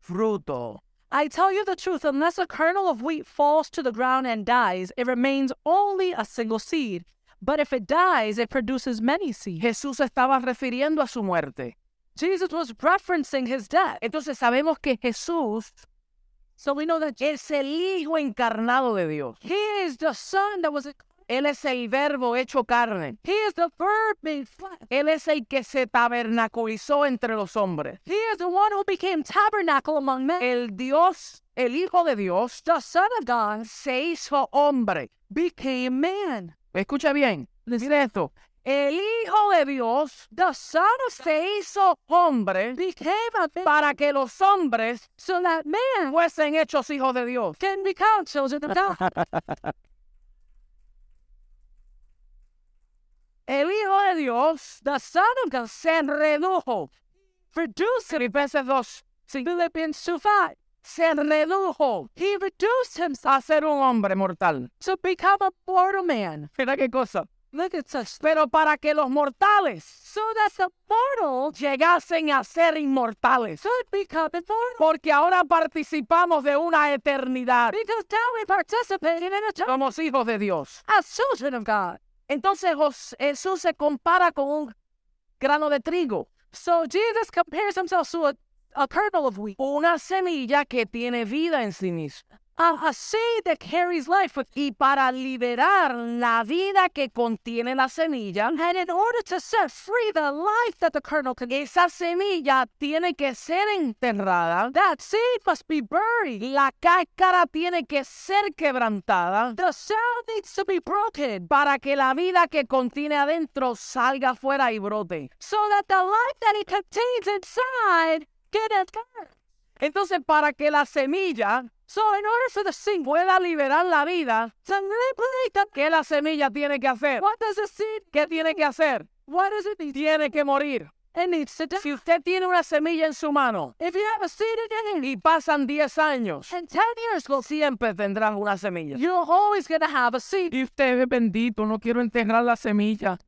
B: fruto.
A: I tell you the truth, unless a kernel of wheat falls to the ground and dies, it remains only a single seed. But if it dies, it produces many seeds.
B: Jesús estaba refiriendo a su muerte.
A: Jesus was referencing his death.
B: Entonces sabemos que Jesús
A: So we know that
B: es el Hijo encarnado de Dios.
A: he is the son that was,
B: Él es el verbo hecho carne.
A: he is the verb made flesh.
B: Él es el que se tabernaculizó entre los hombres.
A: He is the one who became tabernacle among men.
B: El Dios, el Hijo de Dios,
A: The son of God
B: se hizo hombre.
A: became man.
B: Escucha bien, mire esto. El Hijo de Dios
A: The son of
B: se hizo hombre
A: became a man
B: para que los hombres
A: so that man
B: fuesen hechos hijos de Dios.
A: can become children of God.
B: El Hijo de Dios
A: The son of God
B: se redujo.
A: reduced him.
B: Filipenses 2.
A: Philippians 2 5.
B: Se redujo
A: He reduced himself
B: a ser un hombre mortal.
A: to become a mortal man.
B: Mira qué cosa.
A: Look at us.
B: Pero para que los mortales
A: So that the mortal
B: llegasen a ser inmortales.
A: could become immortal.
B: Porque ahora participamos de una eternidad
A: Because now we participate in a eternal
B: Somos hijos de Dios.
A: as children of God.
B: Entonces Jos- Jesús se compara con un grano de trigo,
A: So Jesus compares himself to a, a kernel of wheat,
B: una semilla que tiene vida en sí misma.
A: a, a seed that carries life with
B: Y para liberar la vida que contiene la semilla,
A: And in order to set free the life that the kernel can,
B: esa semilla tiene que ser enterrada,
A: that seed must be buried.
B: la cáscara tiene que ser quebrantada
A: The cell needs to be broken
B: para que la vida que contiene adentro salga afuera y brote.
A: so that the life that it contains inside can enter.
B: Entonces, para que la semilla
A: So in order for the seed
B: pueda liberar la vida,
A: to liberate the,
B: ¿qué la semilla tiene que hacer?
A: what does the seed,
B: ¿Qué tiene que hacer?
A: what does it need?
B: Tiene que morir.
A: It needs to die.
B: Si usted tiene una semilla en su mano
A: If you have a seed in your hand
B: y pasan 10 años,
A: and 10 years goes,
B: siempre tendrás una semilla.
A: you're always going to have a seed.
B: Y usted es bendito, no quiero enterrar la semilla.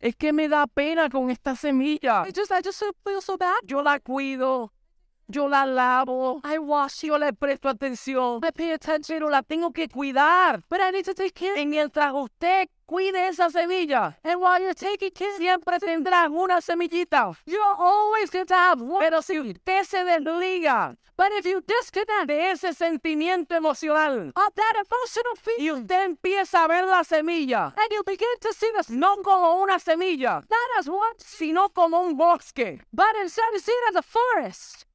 B: Es que me da pena con esta semilla.
A: I just, I just feel so bad.
B: Yo la cuido, yo la lavo,
A: I wash you,
B: yo le presto atención,
A: I pay attention,
B: pero la tengo que cuidar.
A: but I need to take care.
B: Y mientras usted cuide esa semilla,
A: And while you're taking care,
B: siempre tendrás una semillita.
A: you're always going to have one.
B: Pero si usted se desliga
A: But if you disconnect
B: de ese sentimiento emocional
A: of that emotional feeling,
B: y usted empieza a ver la semilla,
A: and you begin to see the
B: no como una semilla,
A: not as one,
B: sino como un bosque.
A: but instead you see it as a forest.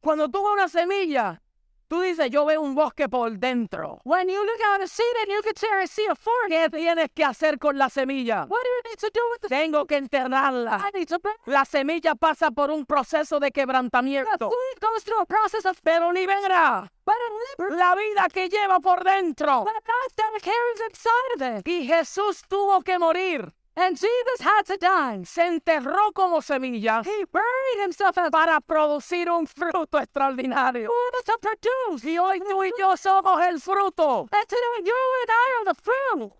B: Cuando tú ves una semilla, tú dices, yo veo un bosque por dentro.
A: When you look out and see it, you can clearly see a forest.
B: ¿Qué tienes que hacer con la semilla?
A: What do you need to do with the
B: Tengo que enterrarla.
A: I need to burn.
B: La semilla pasa por un proceso de
A: The
B: quebrantamiento,
A: seed goes through a process of
B: pero libera
A: but it liberates
B: la vida que lleva por dentro.
A: the life that it carries inside of it.
B: Y Jesús tuvo que morir.
A: And Jesus had to die.
B: Se enterró como semilla
A: He buried himself as
B: para producir un fruto extraordinario.
A: order to produce.
B: Y hoy tú y yo somos el fruto.
A: And today you and I are the fruit.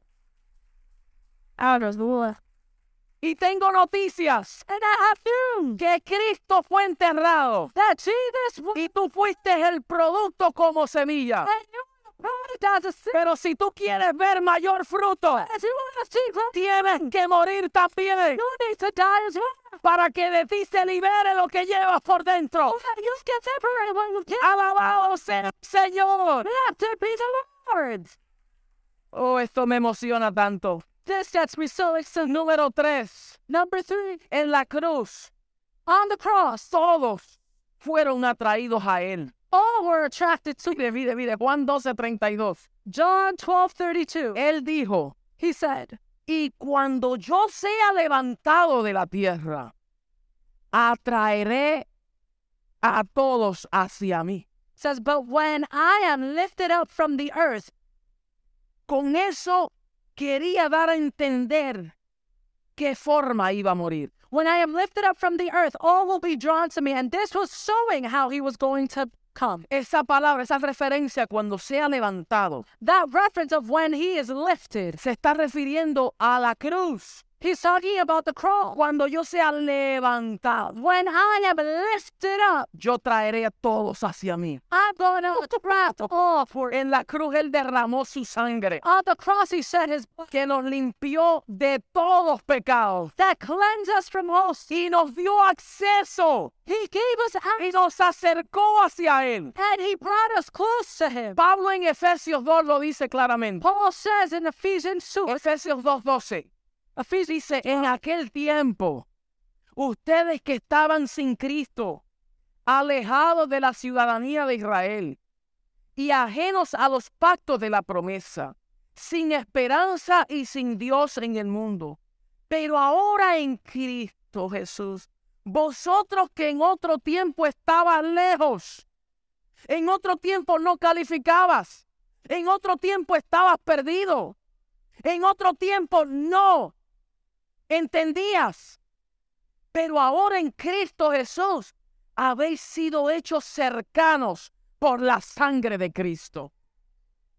A: Out of the Lord.
B: Y tengo noticias
A: And I have you.
B: que Cristo fue enterrado.
A: That Jesus was
B: Y tú fuiste el producto como semilla.
A: and you are the product as a seed.
B: Pero si tú quieres ver mayor fruto,
A: As you are a seed, well,
B: tienes que morir también
A: you need to die as well.
B: para que de ti se libere lo que llevas por dentro.
A: So that you can separate what you can.
B: Alabado sea el Señor.
A: We have to be the Lord.
B: Oh, esto me emociona tanto.
A: This gets me so excited.
B: Número 3.
A: Number three,
B: En la cruz,
A: on the cross,
B: todos fueron atraídos a Él.
A: all were attracted to
B: Mire, mire, mire, Juan 12:32.
A: John 12:32.
B: Él dijo,
A: He said,
B: y cuando yo sea levantado de la tierra, atraeré a todos hacia mí.
A: says, but when I am lifted up from the earth,
B: Con eso quería dar a entender qué forma iba a morir.
A: When I am lifted up from the earth, all will be drawn to me. And this was showing how he was going to come.
B: Esa palabra, esa referencia cuando sea levantado,
A: That reference of when he is lifted,
B: se está refiriendo a la cruz.
A: he's talking about the cross.
B: Cuando yo sea levantado,
A: When I am lifted up,
B: yo traeré a todos hacia mí.
A: I'm going to attract all for it.
B: En la cruz Él derramó su sangre,
A: On the cross, he shed his blood
B: que nos limpió de todos pecados
A: that cleansed us from all sin.
B: y nos dio acceso
A: He gave us
B: y
A: out
B: nos acercó hacia Él.
A: and he brought us close to him.
B: Pablo en Efesios 2 lo dice claramente.
A: Paul says in Ephesians 2,
B: Efesios 2.12. Efesios dice, en
A: uh,
B: aquel tiempo, ustedes que estaban sin Cristo, alejados de la ciudadanía de Israel y ajenos a los pactos de la promesa, sin esperanza y sin Dios en el mundo. Pero ahora en Cristo Jesús, vosotros que en otro tiempo estabas lejos, en otro tiempo no calificabas, en otro tiempo estabas perdido, en otro tiempo no entendías. Pero ahora en Cristo Jesús habéis sido hechos cercanos por la sangre de Cristo.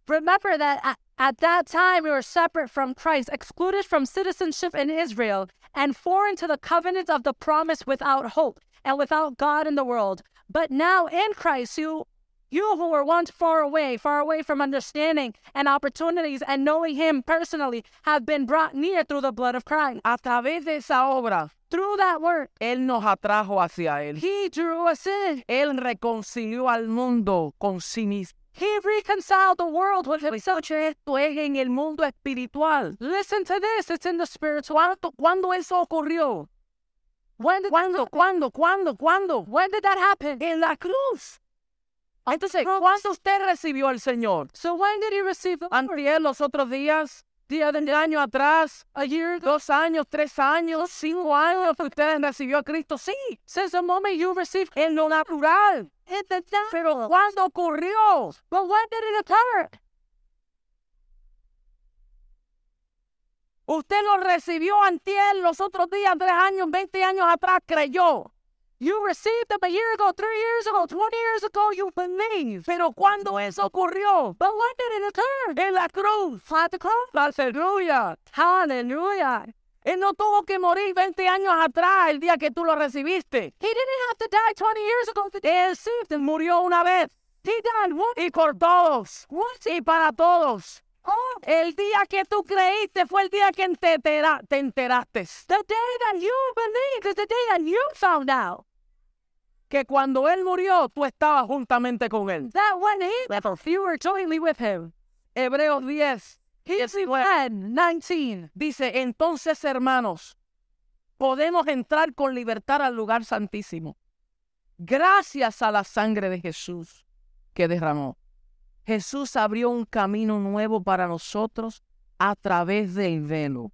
A: Remember that at, at that time we were separate from Christ, excluded from citizenship in Israel, and foreign to the covenant of the promise without hope and without God in the world. But now in Christ, you you who were once far away, far away from understanding and opportunities and knowing Him personally, have been brought near through the blood of Christ.
B: A través de esa obra,
A: Through that word,
B: Él nos atrajo hacia Él.
A: He drew us in.
B: Él reconcilió al mundo con sí mismo.
A: He reconciled the world with Himself.
B: Esto es en el mundo espiritual.
A: Listen to this; it's in the spiritual.
B: ¿Cuándo eso ocurrió?
A: When did
B: ¿Cuándo, cuándo, cuándo, cuándo?
A: when did that happen?
B: En la cruz. Ah, Entonces,
A: cruz.
B: ¿cuándo usted recibió al Señor?
A: So when did he receive the Lord?
B: Antier, los otros días, día del año atrás,
A: A year ago.
B: dos años, tres años, cinco años, usted recibió a Cristo. Sí,
A: Since the moment you received
B: en lo natural.
A: it, the death.
B: Pero ¿cuándo ocurrió?
A: But when did it occur?
B: Usted lo recibió antier, los otros días, tres años, veinte años atrás, creyó.
A: You received them a year ago, three years ago, 20 years ago. You believed.
B: Pero ¿cuándo eso ocurrió?
A: But when did it occur?
B: En la cruz.
A: At the cross.
B: Aleluya.
A: Hallelujah.
B: Él no tuvo que morir 20 años atrás el día que tú lo recibiste.
A: He didn't have to die 20 years ago. To
B: Él sí murió una vez.
A: he died once,
B: Y por todos.
A: once
B: Y para todos. Oh,
A: all.
B: El día que tú creíste fue el día que te, entera- te enteraste.
A: The day that you believed is the day that you found out
B: Que cuando Él murió, tú estabas juntamente con Él.
A: that when he left, you were jointly with him.
B: Hebreos 10.
A: Hebrews
B: 19.
A: 10, 19.
B: Dice, entonces hermanos, podemos entrar con libertad al lugar santísimo, gracias a la sangre de Jesús que derramó. Jesús abrió un camino nuevo para nosotros a través del velo.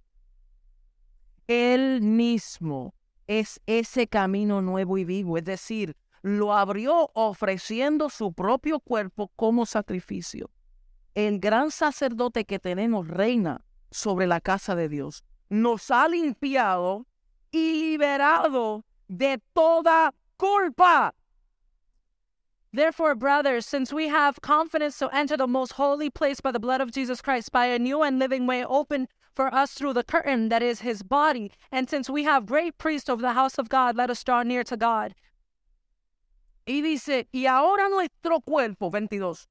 B: Él mismo es ese camino nuevo y vivo, es decir, lo abrió ofreciendo su propio cuerpo como sacrificio. El gran sacerdote que tenemos reina sobre la casa de Dios. Nos ha limpiado y liberado de toda culpa.
A: Therefore, brothers, since we have confidence to enter the most holy place by the blood of Jesus Christ, by a new and living way open for us through the curtain that is his body, and since we have great priest over the house of God, let us draw near to God.
B: Y dice, y ahora nuestro cuerpo, 22,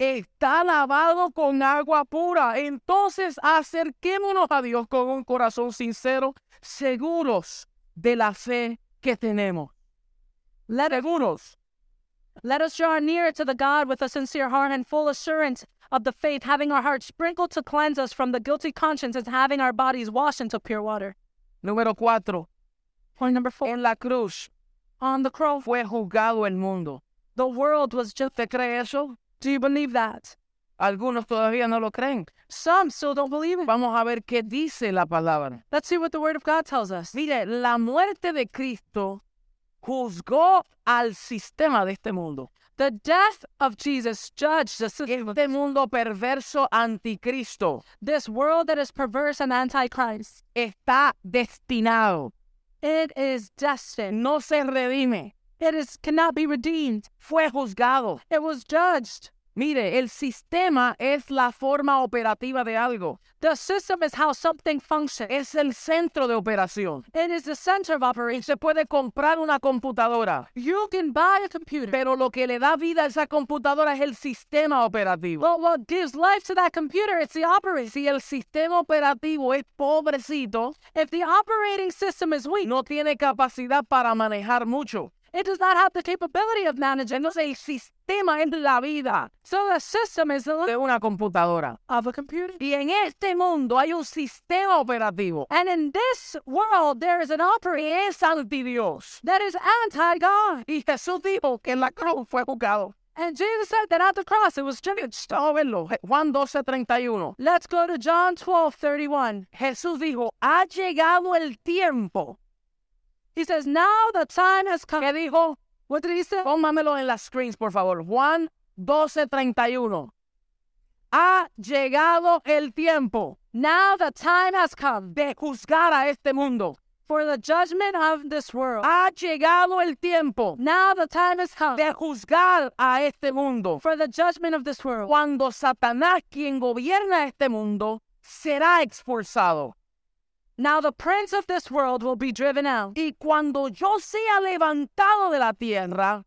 B: está lavado con agua pura. Entonces acerquémonos a Dios con un corazón sincero, seguros de la fe que tenemos. Seguros.
A: Let us draw near to the God with a sincere heart and full assurance of the faith, having our hearts sprinkled to cleanse us from the guilty conscience, and having our bodies washed into pure water.
B: Número 4.
A: Point number four.
B: En la cruz
A: On the cross,
B: fue juzgado el mundo.
A: the world was just.
B: ¿Usted cree eso?
A: Do you believe that?
B: Algunos todavía no lo creen.
A: Some still don't believe it.
B: Vamos a ver qué dice la palabra.
A: Let's see what the Word of God tells us.
B: Mire, la muerte de Cristo juzgó al sistema de este mundo.
A: The death of Jesus judged the system,
B: Este mundo perverso anticristo
A: this world that is perverse and antichrist.
B: está destinado
A: It is destined. No se redime. It is cannot be redeemed.
B: Fue juzgado.
A: It was judged.
B: Mire, el sistema es la forma operativa de algo.
A: The system is how something functions.
B: Es el centro de operación.
A: It is the center of operation.
B: Se puede comprar una computadora,
A: You can buy a computer,
B: pero lo que le da vida a esa computadora es el sistema operativo.
A: but what gives life to that computer is the operation.
B: Si el sistema operativo es pobrecito,
A: If the operating system is weak,
B: no tiene capacidad para manejar mucho.
A: it does not have the capability of managing.
B: Entonces el sistema es la vida
A: So the system is the li-
B: de una computadora.
A: of a computer.
B: Y en este mundo hay un sistema operativo
A: And in this world, there is an
B: que
A: operating
B: es anti Dios.
A: that is anti God.
B: Y Jesús dijo que en la cruz fue juzgado.
A: And Jesus said that at the cross it was judged.
B: Vamos a verlo. Je- Juan 12, 31.
A: Let's go to John 12 31.
B: Jesús dijo, ha llegado el tiempo.
A: He says, Now the time has
B: ¿Qué
A: come.
B: dijo?
A: What did he say?
B: Póngamelo en las screens, por favor. Juan 12, 31. Ha llegado el tiempo
A: Now the time has come
B: de juzgar a este mundo.
A: for the judgment of this world.
B: Ha llegado el tiempo
A: Now the time has come
B: de juzgar a este mundo.
A: for the judgment of this world.
B: Cuando Satanás, quien gobierna este mundo, será expulsado.
A: Now the prince of this world will be driven out.
B: Y cuando yo sea levantado de la tierra,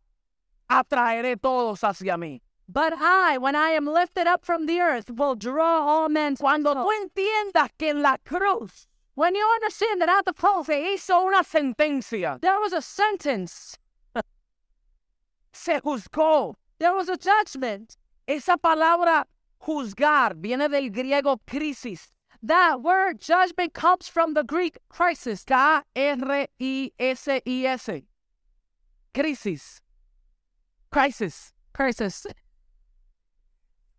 B: atraeré todos hacia mí.
A: But I, when I am lifted up from the earth, will draw all men. to
B: Cuando
A: myself.
B: tú entiendas que en la cruz
A: When you understand that at the cross
B: se hizo una sentencia,
A: there was a sentence,
B: se juzgó.
A: there was a judgment.
B: Esa palabra juzgar viene del griego crisis.
A: That word judgment comes from the Greek crisis.
B: K-R-I-S-I-S. Crisis. Crisis.
A: Crisis.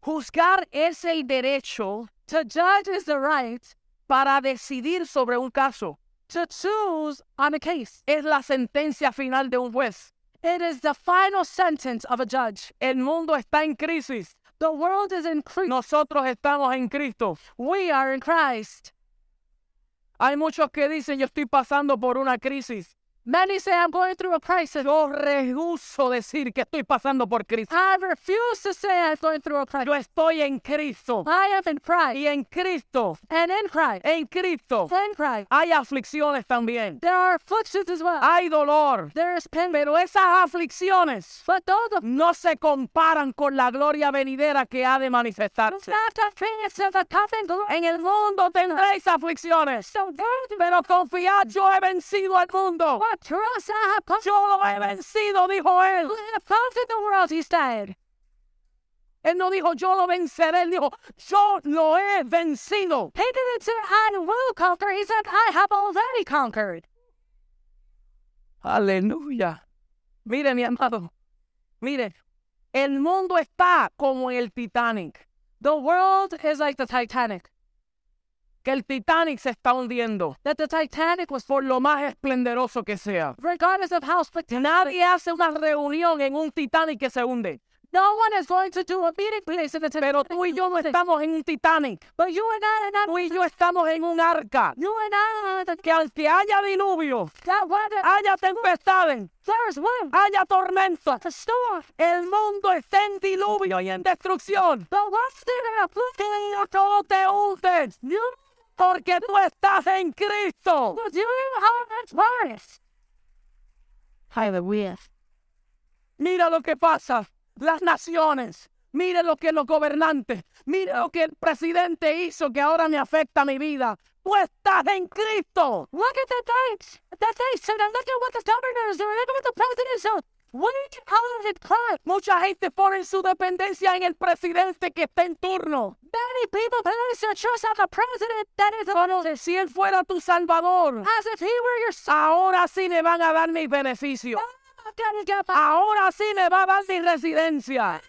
B: Juzgar es el derecho
A: To judge is the right
B: para decidir sobre un caso.
A: to choose on a case.
B: Es la sentencia final de un juez.
A: It is the final sentence of a judge.
B: El mundo está en crisis.
A: The world is in Christ.
B: Nosotros estamos en Cristo.
A: We are in Christ.
B: Hay muchos que dicen yo estoy pasando por una crisis.
A: Many say I'm going through a crisis.
B: Yo rehuso decir que estoy pasando por crisis.
A: I refuse to say I'm going through a crisis.
B: Yo estoy en Cristo.
A: I am in Christ
B: Y en Cristo,
A: and in Christ.
B: en Cristo,
A: In Christ.
B: hay aflicciones también.
A: There are afflictions as well.
B: Hay dolor.
A: There is pain.
B: Pero esas aflicciones
A: But those afflictions
B: no se comparan con la gloria venidera que ha de manifestarse.
A: not to finish of the covenant.
B: En el mundo tendréis aflicciones. Pero confiad, yo he vencido al mundo.
A: What trust I have come
B: Yo lo he vencido, dijo él.
A: I have conquered the world, he said.
B: Él no dijo, yo lo venceré. Él dijo, yo lo he vencido.
A: He didn't say, I will conquer. He said, I have already conquered.
B: Aleluya. Mire, mi amado. Mire, el mundo está como en el Titanic.
A: The world is like the Titanic,
B: Que el Titanic se está hundiendo,
A: that the Titanic was
B: por lo más esplendoroso que sea.
A: regardless of how spectacular.
B: Nadie hace una reunión en un Titanic que se hunde.
A: No one is going to do a meeting place in the
B: Pero tú y yo no
A: Titanic.
B: estamos en un Titanic.
A: But you and I are
B: Tú
A: not.
B: y yo estamos en un arca.
A: You and I are the
B: Que aunque haya diluvio,
A: that weather.
B: haya tempestades,
A: There is one.
B: haya tormenta,
A: The storm.
B: el mundo está en diluvio y en destrucción.
A: The what's there?
B: Niño, no te hundes.
A: You,
B: Porque tú estás en Cristo.
A: you, you are not worse. Hallelujah.
B: Mira lo que pasa. Las naciones. Mira lo que los gobernantes. Mira lo que el presidente hizo que ahora me afecta mi vida. Tú estás en Cristo.
A: Look at the dates. The dates. And look at what the governor is doing. Look at what the president is doing. What did you call it? Crime.
B: Mucha gente pone su dependencia en el presidente que está en turno.
A: Many people place their trust on the president that is on all this.
B: Si él fuera tu salvador,
A: As if he were your Ah. son.
B: ahora sí le van a dar mis beneficios.
A: I'm gonna get my.
B: Ahora sí le va a dar mi residencia.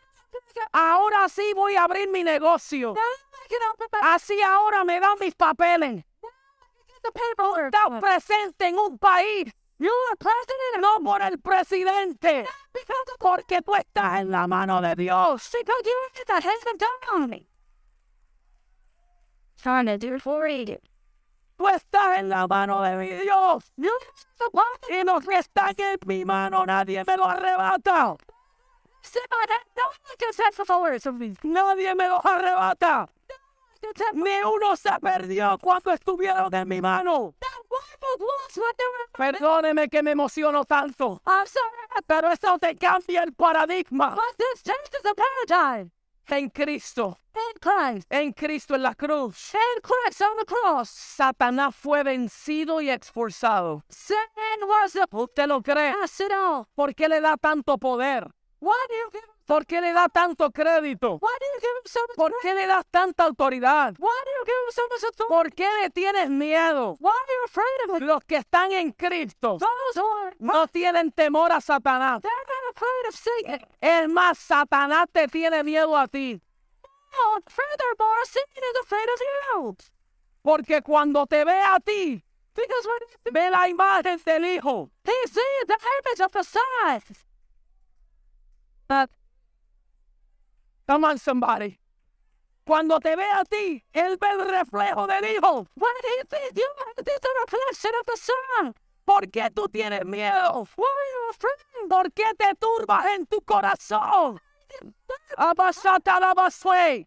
B: Ahora sí voy a abrir mi negocio.
A: Now I can open my.
B: Así ahora me dan mis papeles.
A: The paperwork.
B: Está presente en un país,
A: You are president and
B: no por el presidente,
A: because of
B: porque tú estás en la mano de Dios.
A: because you did that has been done on me. Trying to do it for you.
B: Tú estás en la mano de mi Dios. Y lo que está en mi mano, nadie me lo arrebata. Nadie me lo arrebata. Ni uno se perdió cuando estuvieron en mi mano. Perdóneme que me emociono tanto. Pero eso te cambia el paradigma. En Cristo, en Cristo en la cruz, Satanás fue vencido y expulsado. ¿Usted lo cree? ¿Por qué le da tanto poder? ¿Por qué le da tanto crédito? ¿Por qué le das tanta autoridad? ¿Por qué le tienes miedo? Los que están en Cristo no tienen temor a Satanás. Es más, Satanás te tiene miedo a ti. Porque cuando te ve a ti, ve la imagen del Hijo. Ah, Come on, somebody. Cuando te ve a ti, él ve el reflejo del Hijo. ¿Por qué tú tienes miedo? ¿Por qué te turbas en tu corazón? Abasata la basue.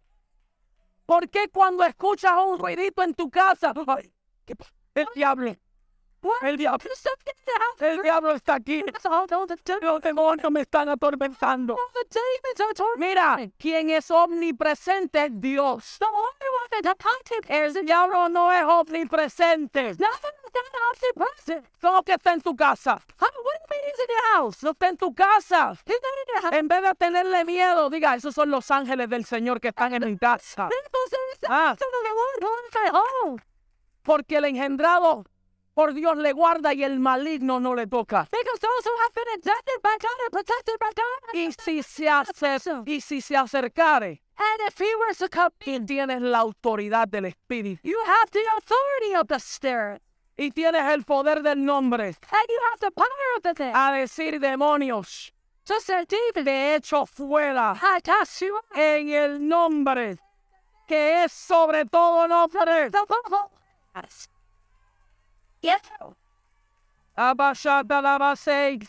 B: ¿Por qué cuando escuchas un ruidito en tu casa? Ay, qué pa- el diablo. El diablo. El diablo está aquí. Los demonios me están atormentando. Mira, quien es omnipresente es Dios. El diablo no es omnipresente. Solo que está en tu casa. No está en tu casa. En vez de tenerle miedo, diga, esos son los ángeles del Señor que están en mi casa. Ah, porque el engendrado por Dios le guarda y el maligno no le toca. Y si se, ace- y si se acercare, y tienes la autoridad del Espíritu. Y tienes el poder del nombre a decir demonios. De hecho fuera en el nombre que es sobre todo nombre. Abashata la base.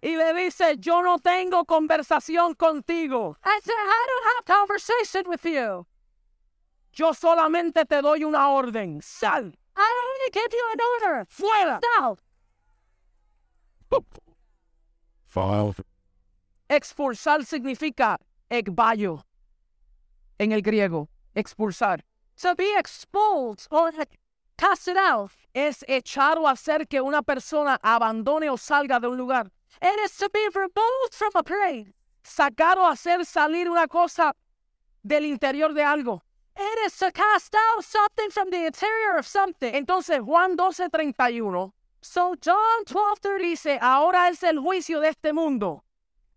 B: Y le dice, yo no tengo conversación contigo. Yo solamente te doy una orden. Sal. Fuera.
D: File.
E: Expulsar significa ekbayo. En el griego, expulsar.
F: To be expelled or cast it out.
E: Es echar o hacer que una persona abandone o salga de un lugar.
F: It is to be removed from a place.
E: Sacar o hacer salir una cosa del interior de algo.
F: It is to cast out something from the interior of something.
E: Entonces Juan 12:31
F: So John 12:30
E: dice, ahora es el juicio de este mundo.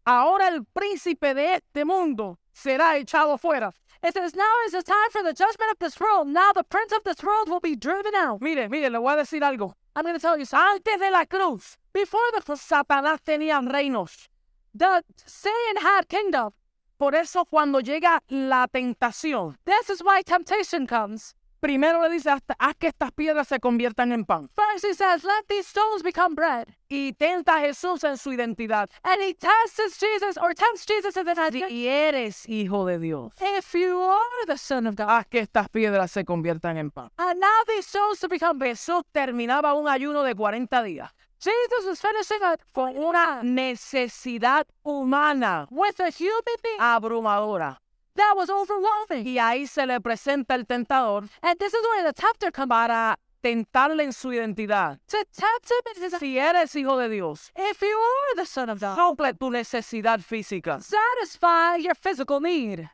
E: Ahora el príncipe de este mundo será echado fuera.
F: it says, "Now is the time for the judgment of this world. Now the prince of this world will be driven out."
E: Mire, mire, le voy a decir algo.
F: I'm going to tell you something.
E: Antes de la cruz, before the cross, Satanás tenía reinos.
F: The Satan had kingdom.
E: Por eso cuando llega la tentación,
F: This is why temptation comes.
E: primero le dice, hasta, haz que estas piedras se conviertan en pan.
F: First, he says, "Let these stones become bread,"
E: Y tenta a Jesús en su identidad.
F: and he tests Jesus or tempts Jesus in the idea,
E: Y eres hijo de Dios.
F: "If you are the Son of God,
E: Haz que estas piedras se conviertan en pan.
F: and now these stones to become bread."
E: Jesús terminaba un ayuno de 40 días
F: Jesus was finishing it for una
E: necesidad humana
F: with a human being
E: abrumadora.
F: that was overwhelming.
E: Y ahí se le presenta el tentador
F: And this is where the tempter comes
E: para tentarle en su identidad.
F: to tempt him in his
E: Si eres hijo de Dios,
F: If you are the Son of God,
E: suple tu necesidad física.
F: satisfy your physical need.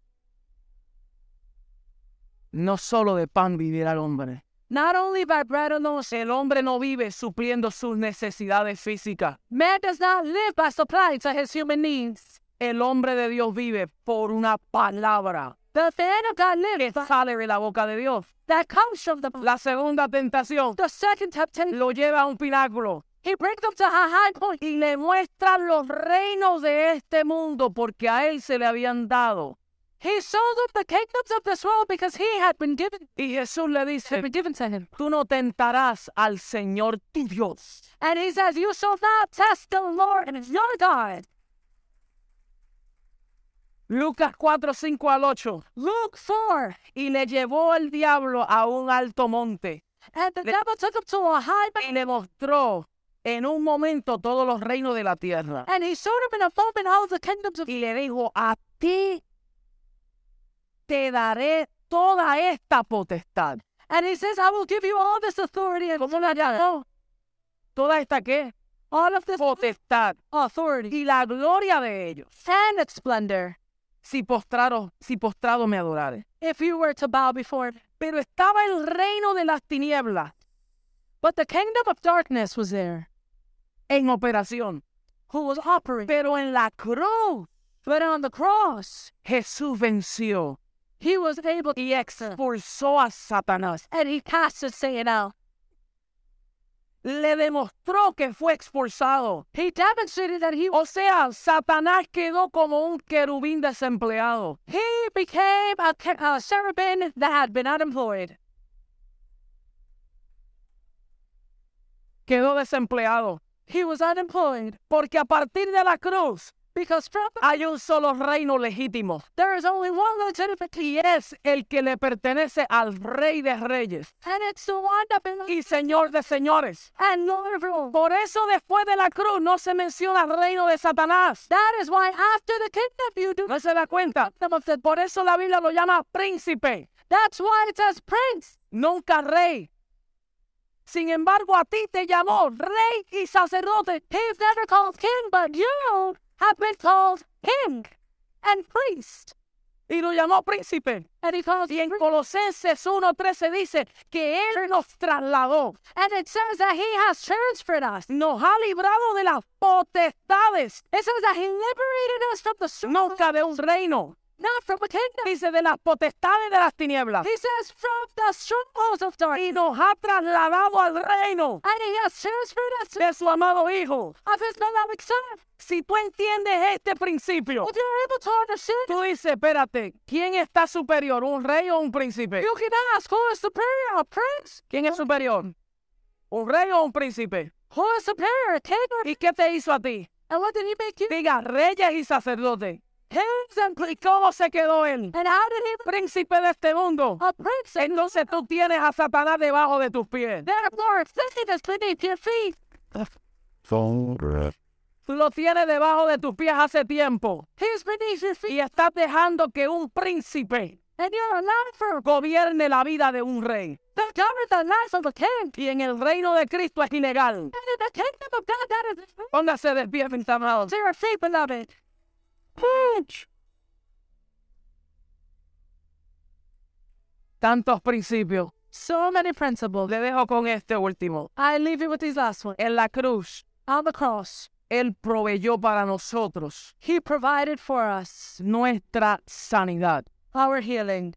E: No solo de pan vivirá el hombre.
F: Not only by bread alone,
E: El hombre no vive supliendo sus necesidades físicas.
F: man does not live by supplying to his human needs.
E: El hombre de Dios vive por una palabra
F: The man of God
E: que
F: lives by
E: sale de la boca de Dios.
F: that comes from the
E: La segunda tentación
F: the second temptation.
E: lo lleva a un pináculo
F: He brings them to a high point.
E: y le muestra los reinos de este mundo porque a él se le habían dado
A: He sold up the kingdoms of this world because he had been given, eh,
B: Y Jesús le
A: had
B: dice,
A: been given to him.
B: tú no tentarás al Señor tu Dios.
A: And he says, You shall not test the Lord your God.
B: Lucas 4, 5 al 8.
A: Luke 4.
B: Y le llevó el diablo a un alto monte
A: And the
B: Le-
A: devil took him to a high mountain,
B: y le mostró en un momento todos los reinos de la tierra.
A: and he showed him in a moment all the kingdoms of
B: Y le dijo, a ti te daré toda esta potestad.
A: And he says, I will give you all this authority and
B: ¿Cómo la llama? ¿Toda esta qué?
A: all of this
B: Potestad.
A: authority
B: Y la gloria de ellos.
A: and its splendor
B: Si postraros, si postrado me adorares.
A: if you were to bow before me.
B: Pero estaba el reino de las tinieblas
A: But the kingdom of darkness was there,
B: en operación.
A: who was operating.
B: Pero en la cruz
A: But on the cross,
B: Jesús venció
A: he was able to
B: y expulsó a Satanás.
A: and he cast his Satan out.
B: Le demostró que fue expulsado.
A: He demonstrated that he
B: O sea, Satanás quedó como un querubín desempleado.
A: he became a, ca- a cherubim that had been unemployed.
B: Quedó desempleado.
A: He was unemployed
B: Porque a partir de la cruz
A: because from
B: hay un solo reino legítimo.
A: there is only one legitimate king,
B: Y es el que le pertenece al Rey de Reyes
A: and it's the one that belongs
B: y Señor de Señores.
A: and Lord of all.
B: Por eso después de la cruz no se menciona el reino de Satanás.
A: That is why after the kingdom you do
B: No se da cuenta. Por eso la Biblia lo llama príncipe,
A: That's why it says prince.
B: nunca rey. Sin embargo, a ti te llamó rey y sacerdote.
A: He's never called king, but you have been called king and priest.
B: Y lo llamó príncipe.
A: And he calls
B: Y
A: you
B: en
A: priest.
B: Colosenses 1.13 dice que Él nos trasladó,
A: And it says that he has transferred us.
B: nos ha librado de las potestades,
A: It says that he liberated us from the struggle,
B: nunca de un reino,
A: not from a kingdom.
B: dice de las potestades de las tinieblas,
A: He says from the strongholds of
B: y
A: darkness.
B: nos ha trasladado al reino
A: And he has transferred us
B: de su amado Hijo.
A: of his beloved son.
B: Si tú entiendes este principio,
A: If you're able to understand,
B: tú dices, espérate, ¿quién está superior, un rey o un príncipe?
A: you can ask who is superior, a prince?
B: ¿Quién es superior? ¿Un rey o un príncipe?
A: Who is superior, Oh, a king or
B: ¿Y qué te hizo a ti?
A: And what did he make you?
B: Diga, reyes y sacerdotes.
A: Kings and priests.
B: ¿Y cómo se quedó él?
A: And how did he
B: príncipe de este mundo.
A: a prince and
B: Entonces tú tienes a Satanás debajo de tus pies.
A: that Lord sitting is beneath your feet.
D: Fold.
B: Tú lo tienes debajo de tus pies hace tiempo.
A: He's beneath your feet.
B: Y estás dejando que un príncipe
A: And you're allowed for
B: gobierne la vida de un rey.
A: the government the life of the king.
B: Y en el reino de Cristo es ilegal.
A: And in the kingdom of God that is
B: Póngase de pie, mis amados.
A: to your feet, beloved.
B: Tantos principios.
A: So many principles.
B: Le dejo con este último.
A: I leave you with these last one.
B: En la cruz,
A: On the cross,
B: Él proveyó para nosotros
A: he provided for us
B: nuestra sanidad.
A: our healing.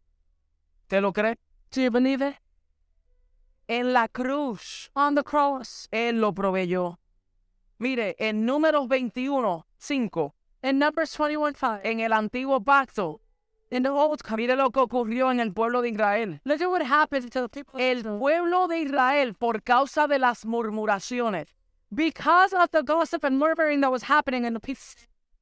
B: ¿Te lo crees?
A: Do you believe it?
B: En la cruz,
A: On the cross,
B: Él lo proveyó. Mire, en números 21, 5,
A: in Numbers 21 5,
B: en el antiguo pacto,
A: in the Old Covenant,
B: mire oh, lo que ocurrió en el pueblo de Israel.
A: look at what happened to the people. of
B: El
A: Israel.
B: pueblo de Israel, por causa de las murmuraciones,
A: because of the gossip and murmuring that was happening in the peace